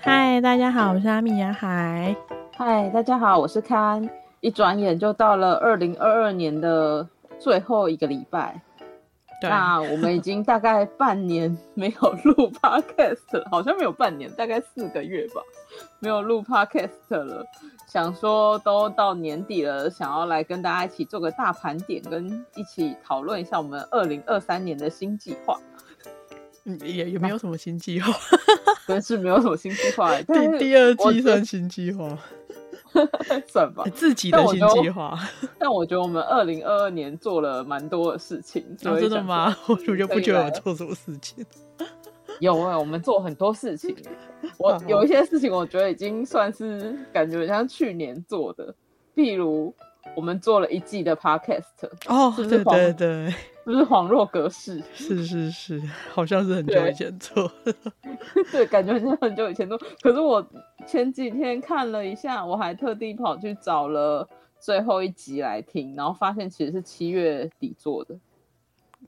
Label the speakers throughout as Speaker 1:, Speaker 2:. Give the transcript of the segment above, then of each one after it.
Speaker 1: 嗨，大家好，我是阿米亚海。
Speaker 2: 嗨，大家好，我是康。一转眼就到了二零二二年的最后一个礼拜，
Speaker 1: 对，
Speaker 2: 那我们已经大概半年没有录 podcast 了，好像没有半年，大概四个月吧，没有录 podcast 了。想说都到年底了，想要来跟大家一起做个大盘点，跟一起讨论一下我们二零二三年的新计划。
Speaker 1: 嗯也也没有什么新计划，
Speaker 2: 真是没有什么新计划，但
Speaker 1: 第
Speaker 2: 是
Speaker 1: 第二
Speaker 2: 啊我
Speaker 1: 季
Speaker 2: 觉得
Speaker 1: 算新计划，
Speaker 2: 算吧
Speaker 1: 欸。自己
Speaker 2: 但
Speaker 1: 的
Speaker 2: 我
Speaker 1: 新
Speaker 2: 觉得
Speaker 1: 计划。
Speaker 2: 但我觉得我们二零二二年做了蛮多的事情，
Speaker 1: 然
Speaker 2: 所
Speaker 1: 后哦
Speaker 2: 以
Speaker 1: 真的
Speaker 2: 想说
Speaker 1: 吗？我 我就不觉得我
Speaker 2: 可以来
Speaker 1: 做什么事情。
Speaker 2: 有啊、我们做很多事情，我有一些事情我觉得已经算是感觉像去年做的，譬如我们做了一季的 podcast，
Speaker 1: 哦，
Speaker 2: 是不
Speaker 1: 对
Speaker 2: 是
Speaker 1: 对
Speaker 2: 黄
Speaker 1: 对，
Speaker 2: 是不是恍若隔世？
Speaker 1: 是是是，好像是很久
Speaker 2: 对
Speaker 1: 以前做的。
Speaker 2: 对，感觉像很久以前做。可是我前几天看了一下，我还特地跑去找了最后一集来听，然后发现其实是七月底做的。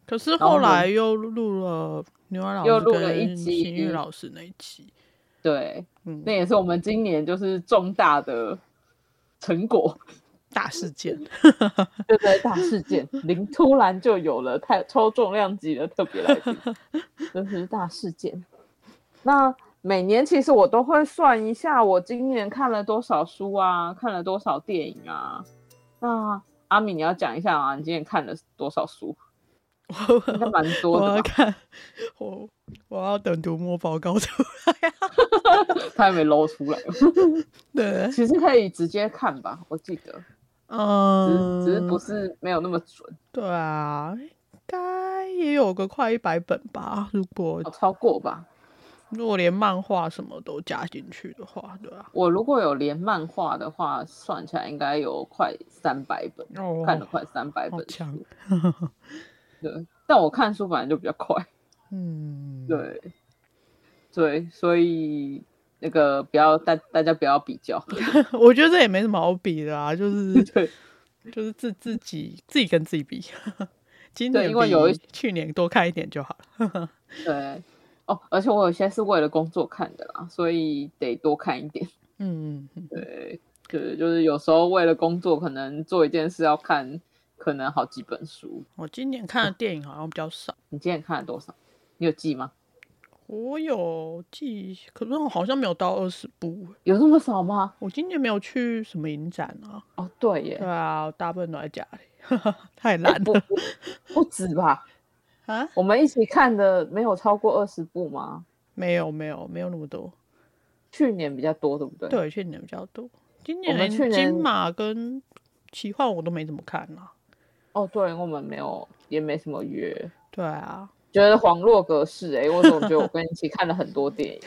Speaker 1: 可是
Speaker 2: 后
Speaker 1: 后来
Speaker 2: 呢
Speaker 1: 又录了牛蛙
Speaker 2: 又
Speaker 1: 老师
Speaker 2: 录了一
Speaker 1: 跟
Speaker 2: 集
Speaker 1: 邢玉老师那一集。
Speaker 2: 对，
Speaker 1: 嗯
Speaker 2: 那，也是我们今年就是重大的成果。
Speaker 1: 大事件。
Speaker 2: 对对，大事件，零突然就有了太超重量级的特别来宾，真是大事件。那每年其实我都会算一下，我今年看了多少书啊，看了多少电影啊。那阿敏，你要讲一下啊，你今年看了多少书？应该蛮嗯多
Speaker 1: 我
Speaker 2: 的
Speaker 1: 要
Speaker 2: 吧？
Speaker 1: 看，我我要等读墨报告出 来。
Speaker 2: 他还没搂出来，
Speaker 1: 对，
Speaker 2: 其实可以直接看吧，我记得，只
Speaker 1: 嗯，
Speaker 2: 是只是不是没有那么准，
Speaker 1: 对啊，应该也有个快一百本吧。如果
Speaker 2: 有哦超过吧。
Speaker 1: 如果连漫画什么都加进去的话，对啊。
Speaker 2: 我如果有连漫画的话，算起来应该有快三百本。
Speaker 1: 哦，
Speaker 2: 看了快三百
Speaker 1: 好
Speaker 2: 本
Speaker 1: 强
Speaker 2: 书，。对，但我看书本来就比较快，
Speaker 1: 嗯，，
Speaker 2: 对，对，所以那个不要大大家不要比 较，
Speaker 1: 我觉得这也没什么好比的啊，就是
Speaker 2: 对
Speaker 1: 就是自自己自己跟自己比。 今
Speaker 2: 对
Speaker 1: 年
Speaker 2: 因为
Speaker 1: 比
Speaker 2: 有一
Speaker 1: 去年多看一点就好了。
Speaker 2: 对，哦，而且我有些是为了工作看的啦，所以得多看一点，
Speaker 1: 嗯，嗯嗯
Speaker 2: 对，对，就是有时候为了工作，可能做一件事要看可能好几本书。
Speaker 1: 我今年看的电影好像比较少，
Speaker 2: 你今天看了多少？你有记吗？
Speaker 1: 我有记，可是我好像没有到二十部。
Speaker 2: 有这么少吗？
Speaker 1: 我今年没有去什么影展啊。
Speaker 2: 哦，对耶，
Speaker 1: 对啊，我大部分都在家里， 太
Speaker 2: 哎
Speaker 1: 懒
Speaker 2: 不
Speaker 1: 了
Speaker 2: 不不止吧？
Speaker 1: 啊！
Speaker 2: 我们一起看的没有超过二十部吗？
Speaker 1: 没有没有没有那么多，
Speaker 2: 去年比较多，对不对？，
Speaker 1: 对，去年比较多，今年
Speaker 2: 我们去
Speaker 1: 连
Speaker 2: 年
Speaker 1: 金马跟奇幻我都没怎么看啦、
Speaker 2: 哦，对，我们没有，也没什么约，
Speaker 1: 对啊，
Speaker 2: 觉得恍若隔世哎、我总觉得我跟你一起看了很多电 影，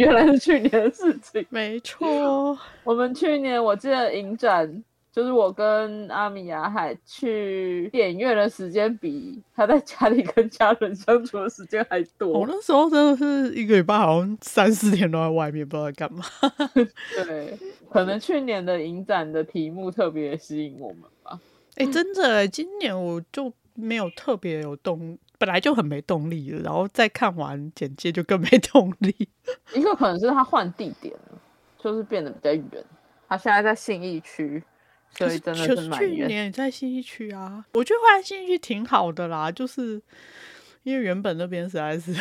Speaker 2: 原来是去年的事情。
Speaker 1: 没错，
Speaker 2: 我们去年我记得影展，就是我跟阿米亚海去电影院的时间比他在家里跟家人相处的时间还
Speaker 1: 我
Speaker 2: 多。
Speaker 1: 那时候真的是一个礼拜好像三四天都在外面，不知道在干嘛。
Speaker 2: 对，可能去年的影展的题目特别吸引我们吧。
Speaker 1: 哎、真的、欸，今年我就没有特别有动，本来就很没动力了，然后再看完简介就更没动力。
Speaker 2: 一个可能是他换地点了，就是变得比较远。他现在在信义区，所以真的
Speaker 1: 可
Speaker 2: 是
Speaker 1: 是
Speaker 2: 蛮
Speaker 1: 去
Speaker 2: 远。
Speaker 1: 年也在新一区啊，我觉得后来新一区挺好的啦，就是因为原本那边实在是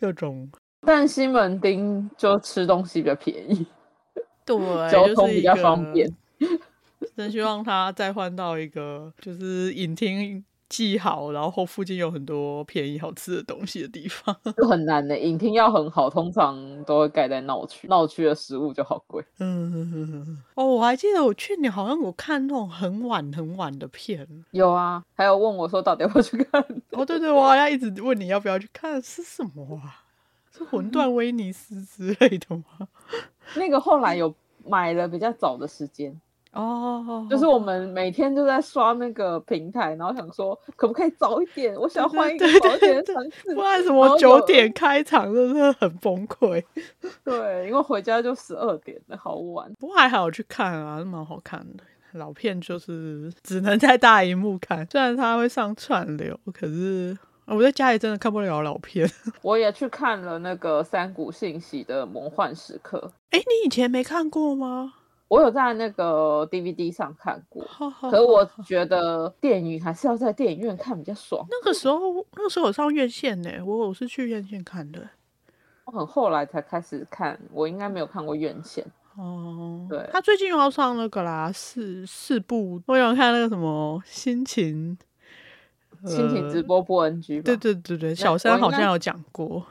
Speaker 1: 各种
Speaker 2: 但西门町就吃东西比较便宜，
Speaker 1: 对，
Speaker 2: 交
Speaker 1: 就
Speaker 2: 通
Speaker 1: 是
Speaker 2: 比
Speaker 1: 一
Speaker 2: 较
Speaker 1: 个
Speaker 2: 方便。。
Speaker 1: 真希望他再换到一个就是影厅既好，然后附近有很多便宜好吃的东西的地方。
Speaker 2: 就很难的、影厅要很好，通常都会盖在闹区，闹区的食物就好贵。
Speaker 1: 嗯， 哦，我还记得我去年好像我看那种很晚很晚的片。
Speaker 2: 有啊，还有问我说到底要不要去看？
Speaker 1: 哦，对对，我好像一直问你要不要去看是什么啊？是魂断威尼斯之类的吗？
Speaker 2: 那个后来有买了比较早的时间，
Speaker 1: 哦，
Speaker 2: 就是我们每天就在刷那个平台，然后想说可不可以早一点，我想要换一个
Speaker 1: 对对
Speaker 2: 早一点的
Speaker 1: 对
Speaker 2: 场次
Speaker 1: 不。然什
Speaker 2: 然
Speaker 1: 么
Speaker 2: 后
Speaker 1: 九
Speaker 2: 有
Speaker 1: 点开场真的很崩溃。
Speaker 2: 对，因为回家就十二点了，好晚。
Speaker 1: 不过还好去看啊，蛮好看的。老 片就是只能在大荧幕看，虽然它会上串流，可是哦我在家里真的看不了老片。
Speaker 2: 我也去看了那个三谷信息的《魔幻时刻》，
Speaker 1: 哎，你以前没看过吗？
Speaker 2: 我有在那个 DVD 上看过，
Speaker 1: 哈哈
Speaker 2: 可是我觉得电影还是要在电影院看比较爽。
Speaker 1: 那个时候，那个时候有上院线呢，我我是去院线看的。
Speaker 2: 我很后来才开始看，我应该没有看过院线。
Speaker 1: 哦，
Speaker 2: 对
Speaker 1: 他最近又要上那个啦，四四部，我想看那个什么心情，呃
Speaker 2: 心情直播播 NG 吧。
Speaker 1: 对对对对，
Speaker 2: 那
Speaker 1: 小三
Speaker 2: 我
Speaker 1: 好
Speaker 2: 应该
Speaker 1: 像有讲过，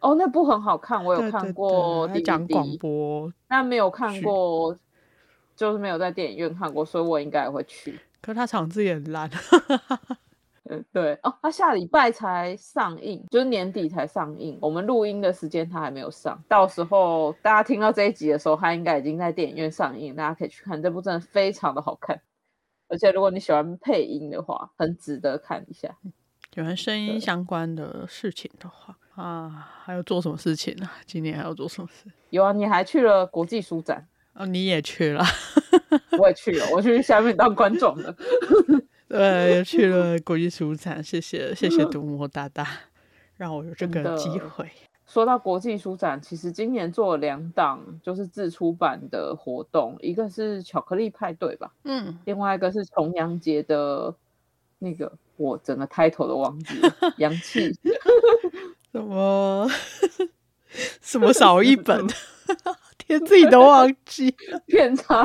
Speaker 2: 哦，那部很好看，我
Speaker 1: 对对
Speaker 2: 有看
Speaker 1: 对
Speaker 2: 过
Speaker 1: 他讲广
Speaker 2: DVD，
Speaker 1: 播，
Speaker 2: 但没有看
Speaker 1: 剧
Speaker 2: 过，就是没有在电影院看过，所以我应该也会去。
Speaker 1: 可是他场子也很烂。
Speaker 2: 嗯，对哦，它下礼拜才上映，就是年底才上映。我们录音的时间它还没有上，到时候大家听到这一集的时候，它应该已经在电影院上映，大家可以去看。这部真的非常的好看，而且如果你喜欢配音的话，很值得看一下。
Speaker 1: 有关声音
Speaker 2: 对
Speaker 1: 相关的事情的话啊，还有做什么事情呢、啊？今年还要做什么事？
Speaker 2: 有啊，你还去了国际书展，
Speaker 1: 哦，你也去了，
Speaker 2: 我也去了，我去下面当观众了。
Speaker 1: 对，也去了国际书展，谢谢谢谢独魔大大，让我有这
Speaker 2: 嗯
Speaker 1: 个
Speaker 2: 真的
Speaker 1: 机会。
Speaker 2: 说到国际书展，其实今年做了两档就是自出版的活动，一个是巧克力派对吧，
Speaker 1: 嗯，
Speaker 2: 另外一个是重阳节的那个，我整个 title 都忘 记了，阳气
Speaker 1: 什么什么少 一本， 连自己都忘记。
Speaker 2: 骗差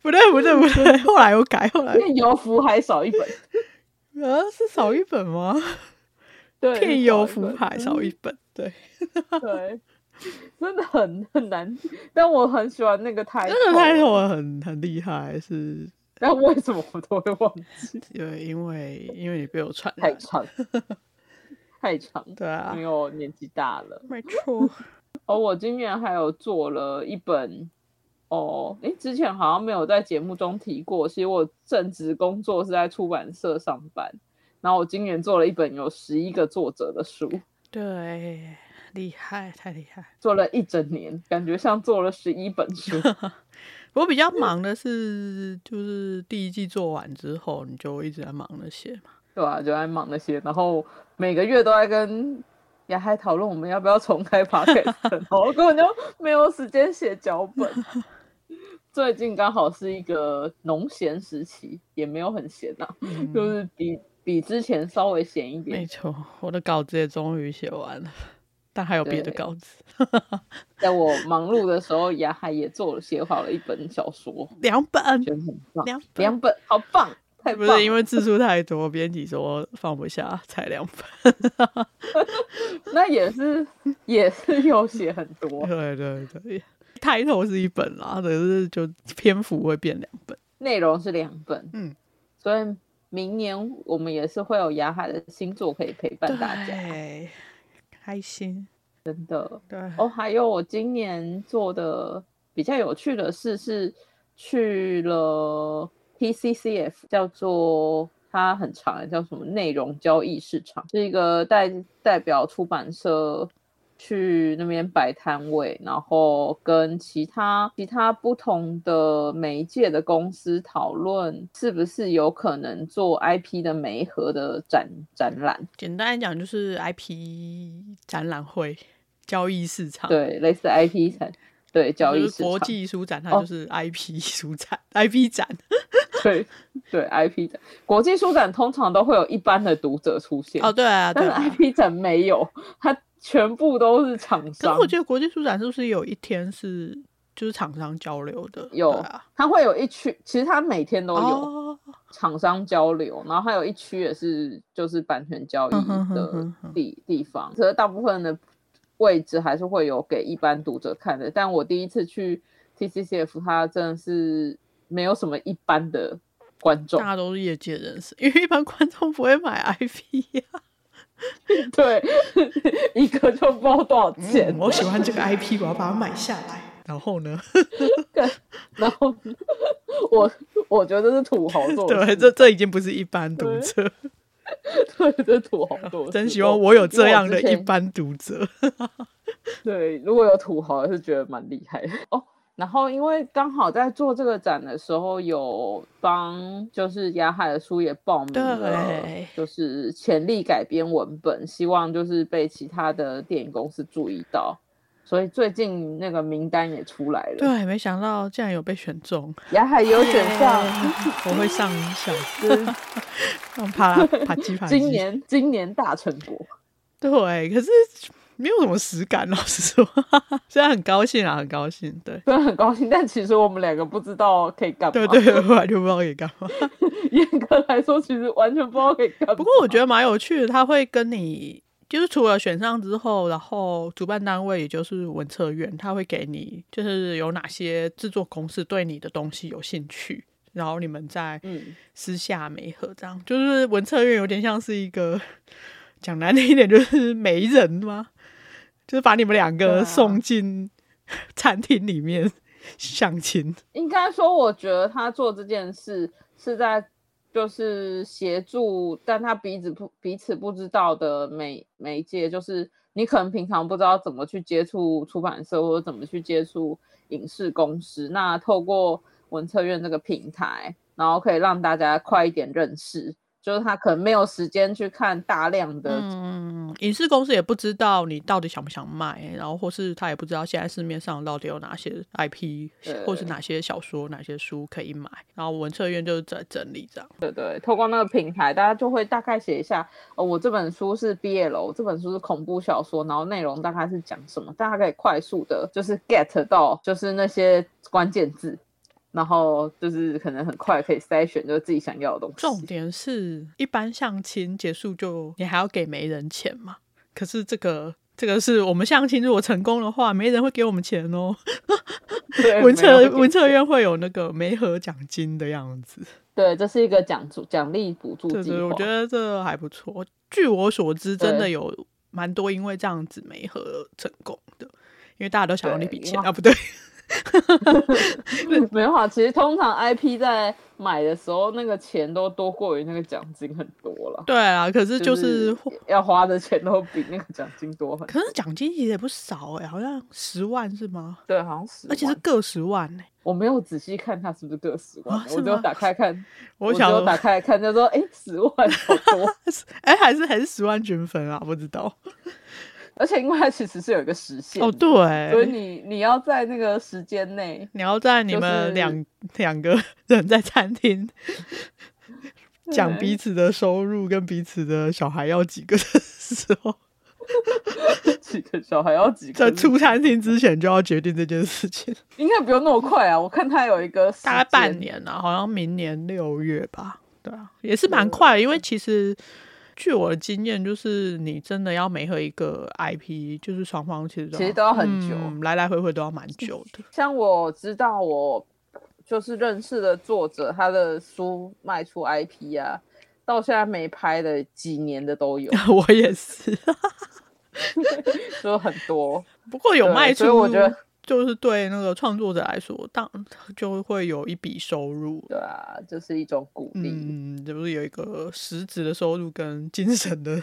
Speaker 1: 不对不对不对，后来我改， 后来
Speaker 2: 骗邮服还少一本，
Speaker 1: 啊是少一本吗？
Speaker 2: 对，
Speaker 1: 片
Speaker 2: 邮
Speaker 1: 游福海
Speaker 2: 嗯
Speaker 1: 少一本，对，
Speaker 2: 对，真的很很难，但我很喜欢那个 title，
Speaker 1: 那个 title 很很厉害，是
Speaker 2: 但为什么我都会忘记？
Speaker 1: 对，因为因为你被我传
Speaker 2: 太嗯
Speaker 1: 染，
Speaker 2: 长，太长，
Speaker 1: 对啊
Speaker 2: 因，为我年纪大了。
Speaker 1: 没错，
Speaker 2: 哦，我今年还有做了一本，哦，诶，之前好像没有在节目中提过。其实我正职工作是在出版社上班，然后我今年做了一本有十一个作者的书，
Speaker 1: 对，厉害，太厉害。
Speaker 2: 做了一整年，感觉像做了十一本书。
Speaker 1: 我比较忙的是，就是第一季做完之后，你就一直在忙那些嘛。
Speaker 2: 对啊，就在忙那些，然后每个月都在跟雅海讨论我们要不要重开 podcast，然后根本就没有时间写脚本。最近刚好是一个农闲时期，也没有很闲啊，就
Speaker 1: 嗯，
Speaker 2: 是比比之前稍微闲一
Speaker 1: 没
Speaker 2: 点，
Speaker 1: 错，我的稿子也终于写完了，但还有别的
Speaker 2: 对
Speaker 1: 稿子，
Speaker 2: 在我忙碌的时候，雅海也做了写好了一本小说，
Speaker 1: 两本
Speaker 2: 觉，得很棒，
Speaker 1: 两本。
Speaker 2: 两本好棒，太
Speaker 1: 不
Speaker 2: 棒了！
Speaker 1: 是因为字数太多，编辑说放不下，才两本。
Speaker 2: 那也是也是有写很多，
Speaker 1: 对对对，抬头是一本啦，可是就篇幅会变两本。
Speaker 2: 内容是两本，
Speaker 1: 嗯，
Speaker 2: 所以明年我们也是会有雅海的星座可以陪伴大家，
Speaker 1: 对，开心。
Speaker 2: 真的。
Speaker 1: 对，
Speaker 2: 哦，还有我今年做的比较有趣的事是去了 TCCF，叫做它很长，叫什么内容交易市场，是一个代代表出版社去那边摆摊位，然后跟其他其他不同的媒介的公司讨论，是不是有可能做 IP 的媒合的展展览。
Speaker 1: 简单来讲就是 IP 展览会、交易市场。
Speaker 2: 对，类似 IP 展，对交易
Speaker 1: 就是
Speaker 2: 市
Speaker 1: 国
Speaker 2: 场，
Speaker 1: 际书展，它
Speaker 2: 哦
Speaker 1: 就是 IP 书展、i p 展。
Speaker 2: 对对，IP 展，国际书展通常都会有一般的读者出现，
Speaker 1: 哦，对啊，
Speaker 2: 但
Speaker 1: 对
Speaker 2: 是
Speaker 1: 啊。
Speaker 2: IP 展没有，它全部都是厂
Speaker 1: 可
Speaker 2: 商
Speaker 1: 是我。觉得国际书展是不是有一天是就是厂商交流的？
Speaker 2: 有
Speaker 1: 对啊，
Speaker 2: 它会有一区，其实它每天都有
Speaker 1: 哦，
Speaker 2: 厂商交流，然后还有一区也是就是版权交易
Speaker 1: 哼嗯哼哼
Speaker 2: 的
Speaker 1: 哼哼
Speaker 2: 地地方，可是大部分的位置还是会有给一般读者看的。但我第一次去 TCCF，它真的是没有什么一般的观众
Speaker 1: 大，家都是业界人士，因为一般观众不会买啊 IP 呀、
Speaker 2: 对， 一个就不知道多少钱
Speaker 1: 嗯，我喜欢这个 IP，我要把它买下来。然后呢？
Speaker 2: 然后我 我觉得是土豪做的
Speaker 1: 对，
Speaker 2: 事，
Speaker 1: 这这已经不是一般读者，
Speaker 2: 对，这是土豪做的事。
Speaker 1: 真希望我有这样的
Speaker 2: 因为我
Speaker 1: 一
Speaker 2: 之前
Speaker 1: 般读者。
Speaker 2: 对，如果有土豪，也是觉得蛮厉害的哦。 然后因为刚好在做这个展的时候，有帮就是雅海的书也报名了
Speaker 1: 对，
Speaker 2: 就是潜力改编文本，希望就是被其他的电影公司注意到。所以最近那个名单也出来了，
Speaker 1: 对，没想到竟然有被选中，
Speaker 2: 雅海有选上，
Speaker 1: 哎 我会上嗯一上，
Speaker 2: 就是
Speaker 1: 上啪啦啪 叽啪叽。
Speaker 2: 今年今年大成果。
Speaker 1: 对，可是没有什么实感，老实说， 虽然很高兴啊，很高兴，对。
Speaker 2: 虽然很高兴， 但其实我们两个不知道可以干嘛。
Speaker 1: 对对，对，我完全不知道可以干嘛。
Speaker 2: 严格来说，其实完全不知道可以干嘛。
Speaker 1: 不过我觉得蛮有趣的，他会跟你，就是除了选上之后，然后主办单位也就是文策院，他会给你就是有哪些制作公司对你的东西有兴趣，然后你们再
Speaker 2: 嗯，
Speaker 1: 私下媒合，这样就是文策院有点像是一个讲难听一点就是媒人吗？就是把你们两
Speaker 2: 对啊
Speaker 1: 个送进餐厅里面相亲。
Speaker 2: 应该说，我觉得他做这件事是在就是协助，但他彼此不彼此不知道的媒媒介，就是你可能平常不知道怎么去接触出版社或者怎么去接触影视公司，那透过文策院这个平台，然后可以让大家快一点认识。就是他可能没有时间去看大量的
Speaker 1: 嗯，影视公司也不知道你到底想不想卖，然后或是他也不知道现在市面上到底有哪些 IP，
Speaker 2: 对
Speaker 1: 或是哪些小说、哪些书可以买。然后文策院就是在整理这样。
Speaker 2: 对对，透过那个平台，大家就会大概写一下，哦，我这本书是 BL，这本书是恐怖小说，然后内容大概是讲什么，大家可以快速的，就是 get 到，就是那些关键字，然后就是可能很快可以筛选，就是自己想要的东西。
Speaker 1: 重点是一般相亲结束就你还要给媒人钱嘛？可是这个。这个是我们相亲，如果成功的话，没人会给我们钱哦。
Speaker 2: 对
Speaker 1: 文
Speaker 2: 没有
Speaker 1: 策
Speaker 2: 问题
Speaker 1: 文策院会有那个媒合奖金的样子。
Speaker 2: 对，这是一个奖助奖励补助
Speaker 1: 对
Speaker 2: 计
Speaker 1: 对，
Speaker 2: 划。
Speaker 1: 我觉得这还不错。据我所知，真的
Speaker 2: 对
Speaker 1: 有蛮多因为这样子没合成功的，因为大家都想要那
Speaker 2: 对
Speaker 1: 笔
Speaker 2: 因为
Speaker 1: 钱啊，不对，
Speaker 2: 没有啊，其实通常 IP 在买的时候，那个钱都多过于那个奖金很多了。
Speaker 1: 对啊。可是就，
Speaker 2: 就是要花的钱都比那个奖金多很多，
Speaker 1: 可是奖金其实也不少哎、好像十万是吗？
Speaker 2: 对，好像十
Speaker 1: 而且
Speaker 2: 万
Speaker 1: 是个十万哎、
Speaker 2: 我没有仔细看它是不是个十万，
Speaker 1: 啊是
Speaker 2: 我只有
Speaker 1: 吗
Speaker 2: 打开看，
Speaker 1: 我
Speaker 2: 只有
Speaker 1: 想
Speaker 2: 打开来看，就说哎，十万好多，
Speaker 1: 哎、还是还 是十万均分啊，不知道
Speaker 2: 而且因为它其实是有一个时限
Speaker 1: 哦。
Speaker 2: 的，所
Speaker 1: 对，
Speaker 2: 以你你要在那个时间内，
Speaker 1: 你要在你
Speaker 2: 就是
Speaker 1: 们两两、个人在餐厅 讲彼
Speaker 2: 逼，
Speaker 1: 此的收入跟彼此的小孩要几个的时候，
Speaker 2: 几个小孩要几个
Speaker 1: 在
Speaker 2: 人，
Speaker 1: 出餐厅之前就要决定这件事情，
Speaker 2: 应该不用那么快啊。我看它有一个 时
Speaker 1: 大概半
Speaker 2: 间，
Speaker 1: 年了、好像明年六月吧。对啊，也是蛮快的，因为其实据我的经验，就是你真的要每合一个 IP，就是双方其实
Speaker 2: 其实都要很久。
Speaker 1: 嗯来来回回都要蛮久的。
Speaker 2: 像我知道我就是认识的作者，他的书卖出 IP 啊，到现在没拍的几年的都有，
Speaker 1: 我也是，
Speaker 2: 就很多。
Speaker 1: 不过有
Speaker 2: 对
Speaker 1: 卖
Speaker 2: 所以
Speaker 1: 出，
Speaker 2: 我觉得
Speaker 1: 就是对那个创作者来说，当就会有一笔收入。
Speaker 2: 对啊，这、是一种鼓励。
Speaker 1: 嗯，就是有一个实质的收入跟精神的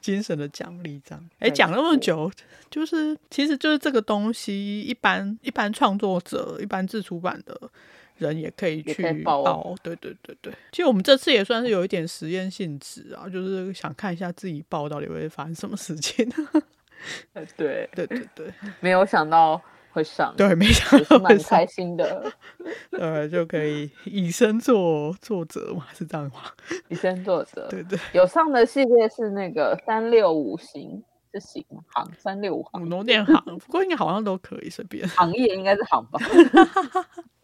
Speaker 1: 精神的奖励这样。哎，
Speaker 2: 没
Speaker 1: 讲那么
Speaker 2: 错
Speaker 1: 久，就是其实就是这个东西，一般一般创作者、一般自出版的人也可以
Speaker 2: 也
Speaker 1: 去
Speaker 2: 可以报
Speaker 1: 对对对对，其实我们这次也算是有一点实验性质啊，就是想看一下自己报到底会发生什么事情。啊
Speaker 2: 呃 对，
Speaker 1: 对对对
Speaker 2: 没有想到会上，
Speaker 1: 对，没想
Speaker 2: 也是
Speaker 1: 到 会
Speaker 2: 蛮
Speaker 1: 上
Speaker 2: 开心的。
Speaker 1: 呃，就可以以身作作则嘛，是这样吗？
Speaker 2: 以身作则，
Speaker 1: 对对，
Speaker 2: 有上的系列是那个三六五行，是行吗行三六
Speaker 1: 五
Speaker 2: 五行
Speaker 1: 农电行，不过应该哦好像都可以随便。
Speaker 2: 行业应该是行吧。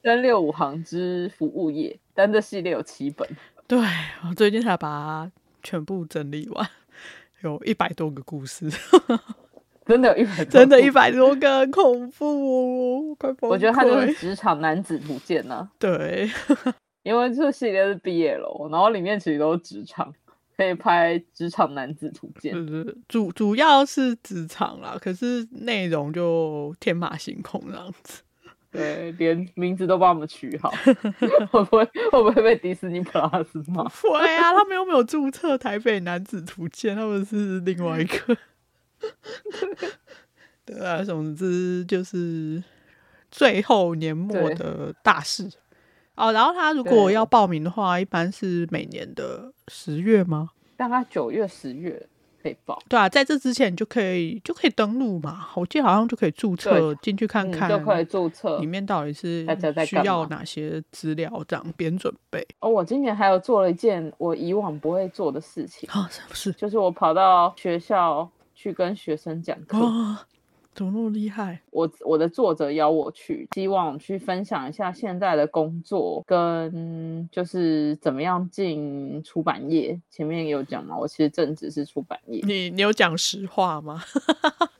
Speaker 2: 三六五行之服务业，但这系列有七本，
Speaker 1: 对我最近才把它全部整理完，有一百多个故事，
Speaker 2: 真的有一 本，
Speaker 1: 真的，一。百多个，很恐怖、哦，快崩溃。
Speaker 2: 我觉得它就是职场男子图鉴呢、
Speaker 1: 对，
Speaker 2: 因为这系列是毕业了，然后里面其实都是职场，可以拍职场男子图鉴。
Speaker 1: 就是主主要是职场啦，可是内容就天马行空这样子。
Speaker 2: 对，连名字都帮我们取 好，会不会会不会被迪士尼 Plus 骂？
Speaker 1: 对啊，他们又没有注册台北男子图鉴，他们是另外一
Speaker 2: 嗯
Speaker 1: 个。对啊，总之就是最后年末
Speaker 2: 对
Speaker 1: 的大事哦。然后他如果
Speaker 2: 对
Speaker 1: 要报名的话，一般是每年的十月吗？
Speaker 2: 大概九月、十月可以报，
Speaker 1: 对啊，在这之前你就可以就可以登录嘛，我记得好像就可以注册
Speaker 2: 对
Speaker 1: 进去看
Speaker 2: 嗯
Speaker 1: 看，
Speaker 2: 就可以注册
Speaker 1: 里。面到底是
Speaker 2: 大家在
Speaker 1: 需
Speaker 2: 干
Speaker 1: 要
Speaker 2: 嘛
Speaker 1: 哪些资料，这样边准备
Speaker 2: 哦，我今年还有做了一件我以往不会做的事情，
Speaker 1: 啊，是不是？
Speaker 2: 就是我跑到学校去跟学生讲课。
Speaker 1: 啊，怎么那么厉害？
Speaker 2: 我我的作者邀我去，希望去分享一下现在的工作跟就是怎么样进出版业。前面也有讲嘛，我其实正职是出版业。
Speaker 1: 你你有讲实话吗？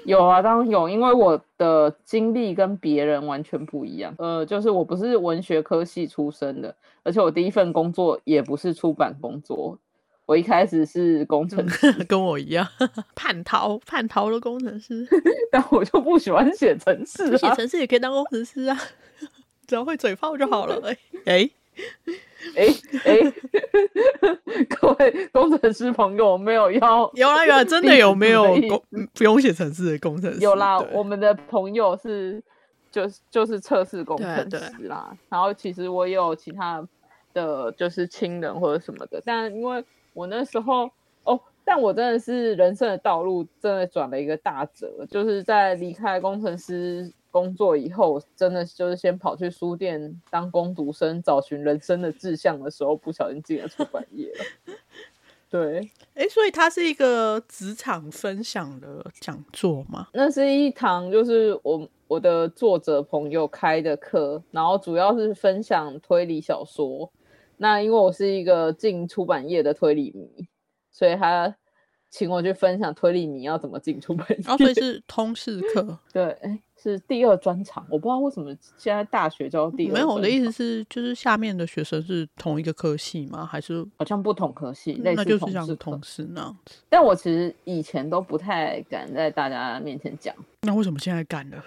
Speaker 2: 有啊，当然有，因为我的经历跟别人完全不一样。呃，就是我不是文学科系出身的，而且我第一份工作也不是出版工作，我一开始是工
Speaker 1: 嗯
Speaker 2: 程师，
Speaker 1: 跟我一样，叛逃叛逃的工程 师，
Speaker 2: 但我就不喜欢写程式
Speaker 1: 写
Speaker 2: 啊。
Speaker 1: 程式也可以当工程师啊，只要会嘴炮就好了。 哎、哎
Speaker 2: 哎哎， 各位工程师朋友，没有要
Speaker 1: 有啦有啦，真的
Speaker 2: 地址
Speaker 1: 有
Speaker 2: 图
Speaker 1: 没有
Speaker 2: 的意
Speaker 1: 工嗯不用写程式的工程师？
Speaker 2: 有啦，
Speaker 1: 对
Speaker 2: 我们的朋友是就是就是测试工
Speaker 1: 对啊
Speaker 2: 程
Speaker 1: 对
Speaker 2: 师啦，然后其实我也有其他的就是亲人或者什么的，但因为我那时候哦，但我真的是人生的道路真的转了一个大折，就是在离开工程师。工作以后，真的就是先跑去书店当工读生，找寻人生的志向的时候，不小心进了出版业了。对，
Speaker 1: 哎、所以它是一个职场分享的讲座嘛？
Speaker 2: 那是一堂就是我我的作者朋友开的课，然后主要是分享推理小说。那因为我是一个进出版业的推理迷，所以他请我去分享推理迷要怎么进出版业。
Speaker 1: 然后哦所以是通识 课，
Speaker 2: 对，哎，是第二专场，我不知道为什么现在大学叫第二。
Speaker 1: 没有我的意思，是，就是下面的学生是同一个科系吗？还是
Speaker 2: 好像不同科系，类
Speaker 1: 嗯那
Speaker 2: 似
Speaker 1: 就是
Speaker 2: 同
Speaker 1: 像
Speaker 2: 事
Speaker 1: 同
Speaker 2: 同。
Speaker 1: 事那样子？
Speaker 2: 但我其实以前都不太敢在大家面前讲。
Speaker 1: 那为什么现在干了？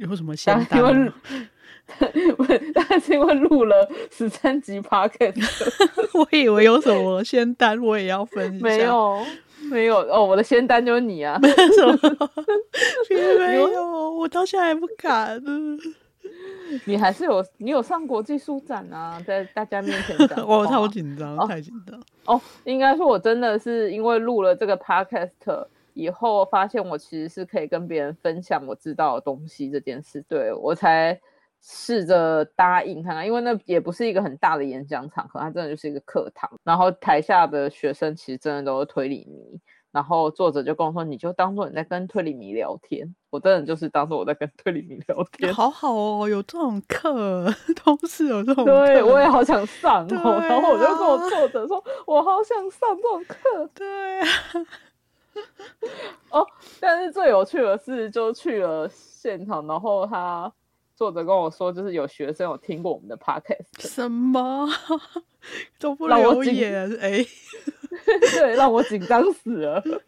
Speaker 1: 有 什么先
Speaker 2: 但
Speaker 1: 单
Speaker 2: 因为
Speaker 1: 吗
Speaker 2: 录？不是，但是因为录了十三集 podcast，
Speaker 1: 我以为有什么仙丹，我也要分一下。
Speaker 2: 没，有没有哦，我的仙丹就是你 啊，
Speaker 1: 什么？并没有，我到现在还不敢。
Speaker 2: 你还是有你有上国际书展啊，在大家面前讲话。
Speaker 1: 我超紧张，
Speaker 2: 哦
Speaker 1: 太紧张。
Speaker 2: 哦，应该说我真的是因为录了这个 podcast 以后，发现我其实是可以跟别人分享我知道的东西这件事，对我才试着答应看看，因为那也不是一个很大的演讲场合，它真的就是一个课堂，然后台下的学生其实真的都是推理迷。然后作者就跟我说：“你就当做你在跟推理迷聊天。”我真的就是当做我在跟推理迷聊天。
Speaker 1: 好好哦，有这种课， 同事有这种课。
Speaker 2: 对，我也好想上哦。
Speaker 1: 哦对
Speaker 2: 然后我就跟
Speaker 1: 啊
Speaker 2: 我作者说：“我好想上这种课。”
Speaker 1: 对啊，
Speaker 2: 但是最有趣的是，就去了现场，然后他作者跟我说，就是有学生有听过我们的 podcast，
Speaker 1: 什么 都不
Speaker 2: 让我
Speaker 1: 留
Speaker 2: 紧
Speaker 1: 言，哎，
Speaker 2: 对，让我紧张死了，因为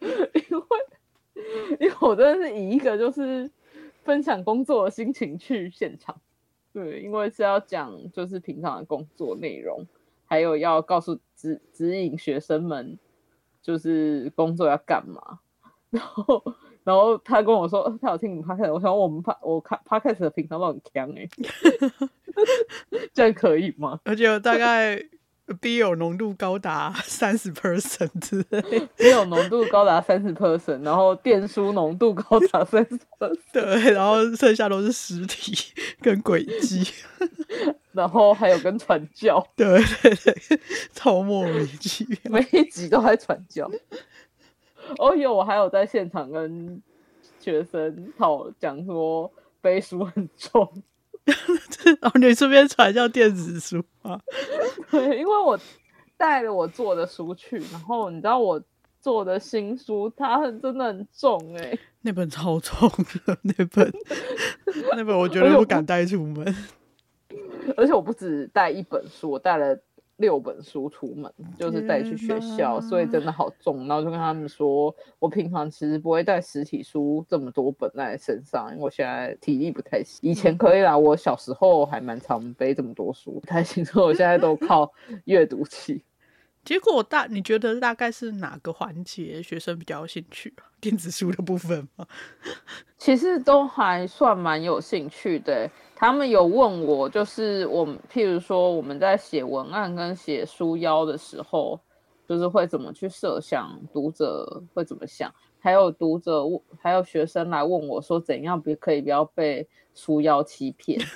Speaker 2: 因为我真的是以一个就是分享工作的心情去现场，对，因为是要讲就是平常的工作内容，还有要告诉指指引学生们就是工作要干嘛，然后。然后他跟我说，呃他有听你 podcast，我想我们 p 我看 podcast 的平常都很强哎、 这样可以吗？
Speaker 1: 而且有大概 B 有浓度高达三十 percent 之类。
Speaker 2: 只有浓度高达三十 percent，然后电书浓度高达三十 percent，
Speaker 1: 对，然后剩下都是实体跟轨迹。
Speaker 2: 然后还有跟传教，
Speaker 1: 对 对对，超莫名其妙。
Speaker 2: 每一集都在传教。哦有，我还有在现场跟学生讨讲说背书很重，
Speaker 1: 哦，你顺便传叫电子书啊？
Speaker 2: 对，因为我带了我做的书去，然后你知道我做的新书它真的很重哎、
Speaker 1: 那本超重的， 那本那本我绝对不敢带出门。
Speaker 2: 而且我不止带一本书，我带了六本书出门，就是带去学
Speaker 1: 天
Speaker 2: 校，
Speaker 1: 哪
Speaker 2: 所以真的好重。然后就跟他们说，我平常其实不会带实体书这么多本在身上，因为我现在体力不太行。以前可以啦，我小时候还蛮常背这么多书，不太行，所以我现在都靠阅读器。
Speaker 1: 结果大，你觉得大概是哪个环节学生比较有兴趣啊？电子书的部分吗？
Speaker 2: 其实都还算蛮有兴趣的欸、他们有问我，就是我们譬如说我们在写文案跟写书腰的时候，就是会怎么去设想读者会怎么想，还有读者问还有学生来问我说怎样别可以不要被书腰欺骗。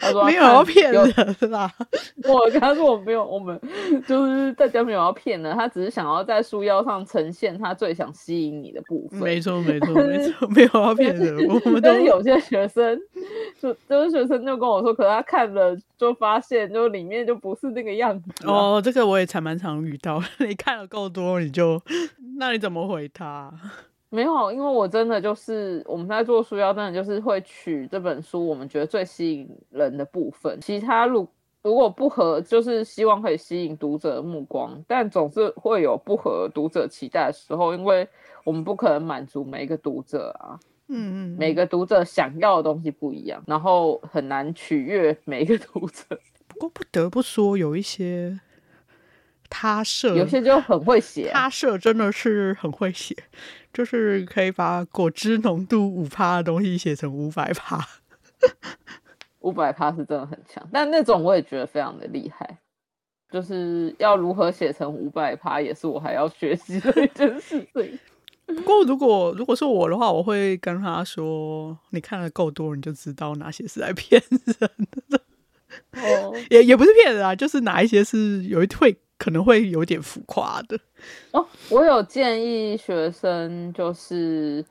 Speaker 2: 他说他
Speaker 1: 没有要
Speaker 2: 看
Speaker 1: 骗
Speaker 2: 有
Speaker 1: 人 啦，
Speaker 2: 我跟他说我没有，我们就是大家没有要骗人，他只是想要在书腰上呈现他最想吸引你的部分。
Speaker 1: 没错没错没 错，没有要骗人，我们都
Speaker 2: 但是有些学生，就就是学生就跟我说，可是他看了就发现，就里面就不是那个样子、啊。
Speaker 1: 哦，这个我也才蛮常遇到。 你看了够多，你就那你怎么回他？啊
Speaker 2: 没有，因为我真的就是我们在做书腰，真的就是会取这本书我们觉得最吸引人的部分，其他如如果不合，就是希望可以吸引读者的目光，但总是会有不合读者期待的时候，因为我们不可能满足每一个读者啊。
Speaker 1: 嗯嗯，
Speaker 2: 每个读者想要的东西不一样，然后很难取悦每一个读者。
Speaker 1: 不过不得不说，有一些他设
Speaker 2: 有些就很会写啊、
Speaker 1: 他设真的是很会写，就是可以把果汁浓度五趴的东西写成五百趴。
Speaker 2: 五百趴是真的很强，但那种我也觉得非常的厉害，就是要如何写成五百趴，也是我还要学习的一件事 情。嗯
Speaker 1: 不过如果如果是我的话，我会跟他说：“你看了够多，你就知道哪些是在骗人 的。”
Speaker 2: 哦
Speaker 1: 也也不是骗人啊，就是哪一些是有一会可能会有点浮夸的。
Speaker 2: 哦，我有建议学生就是。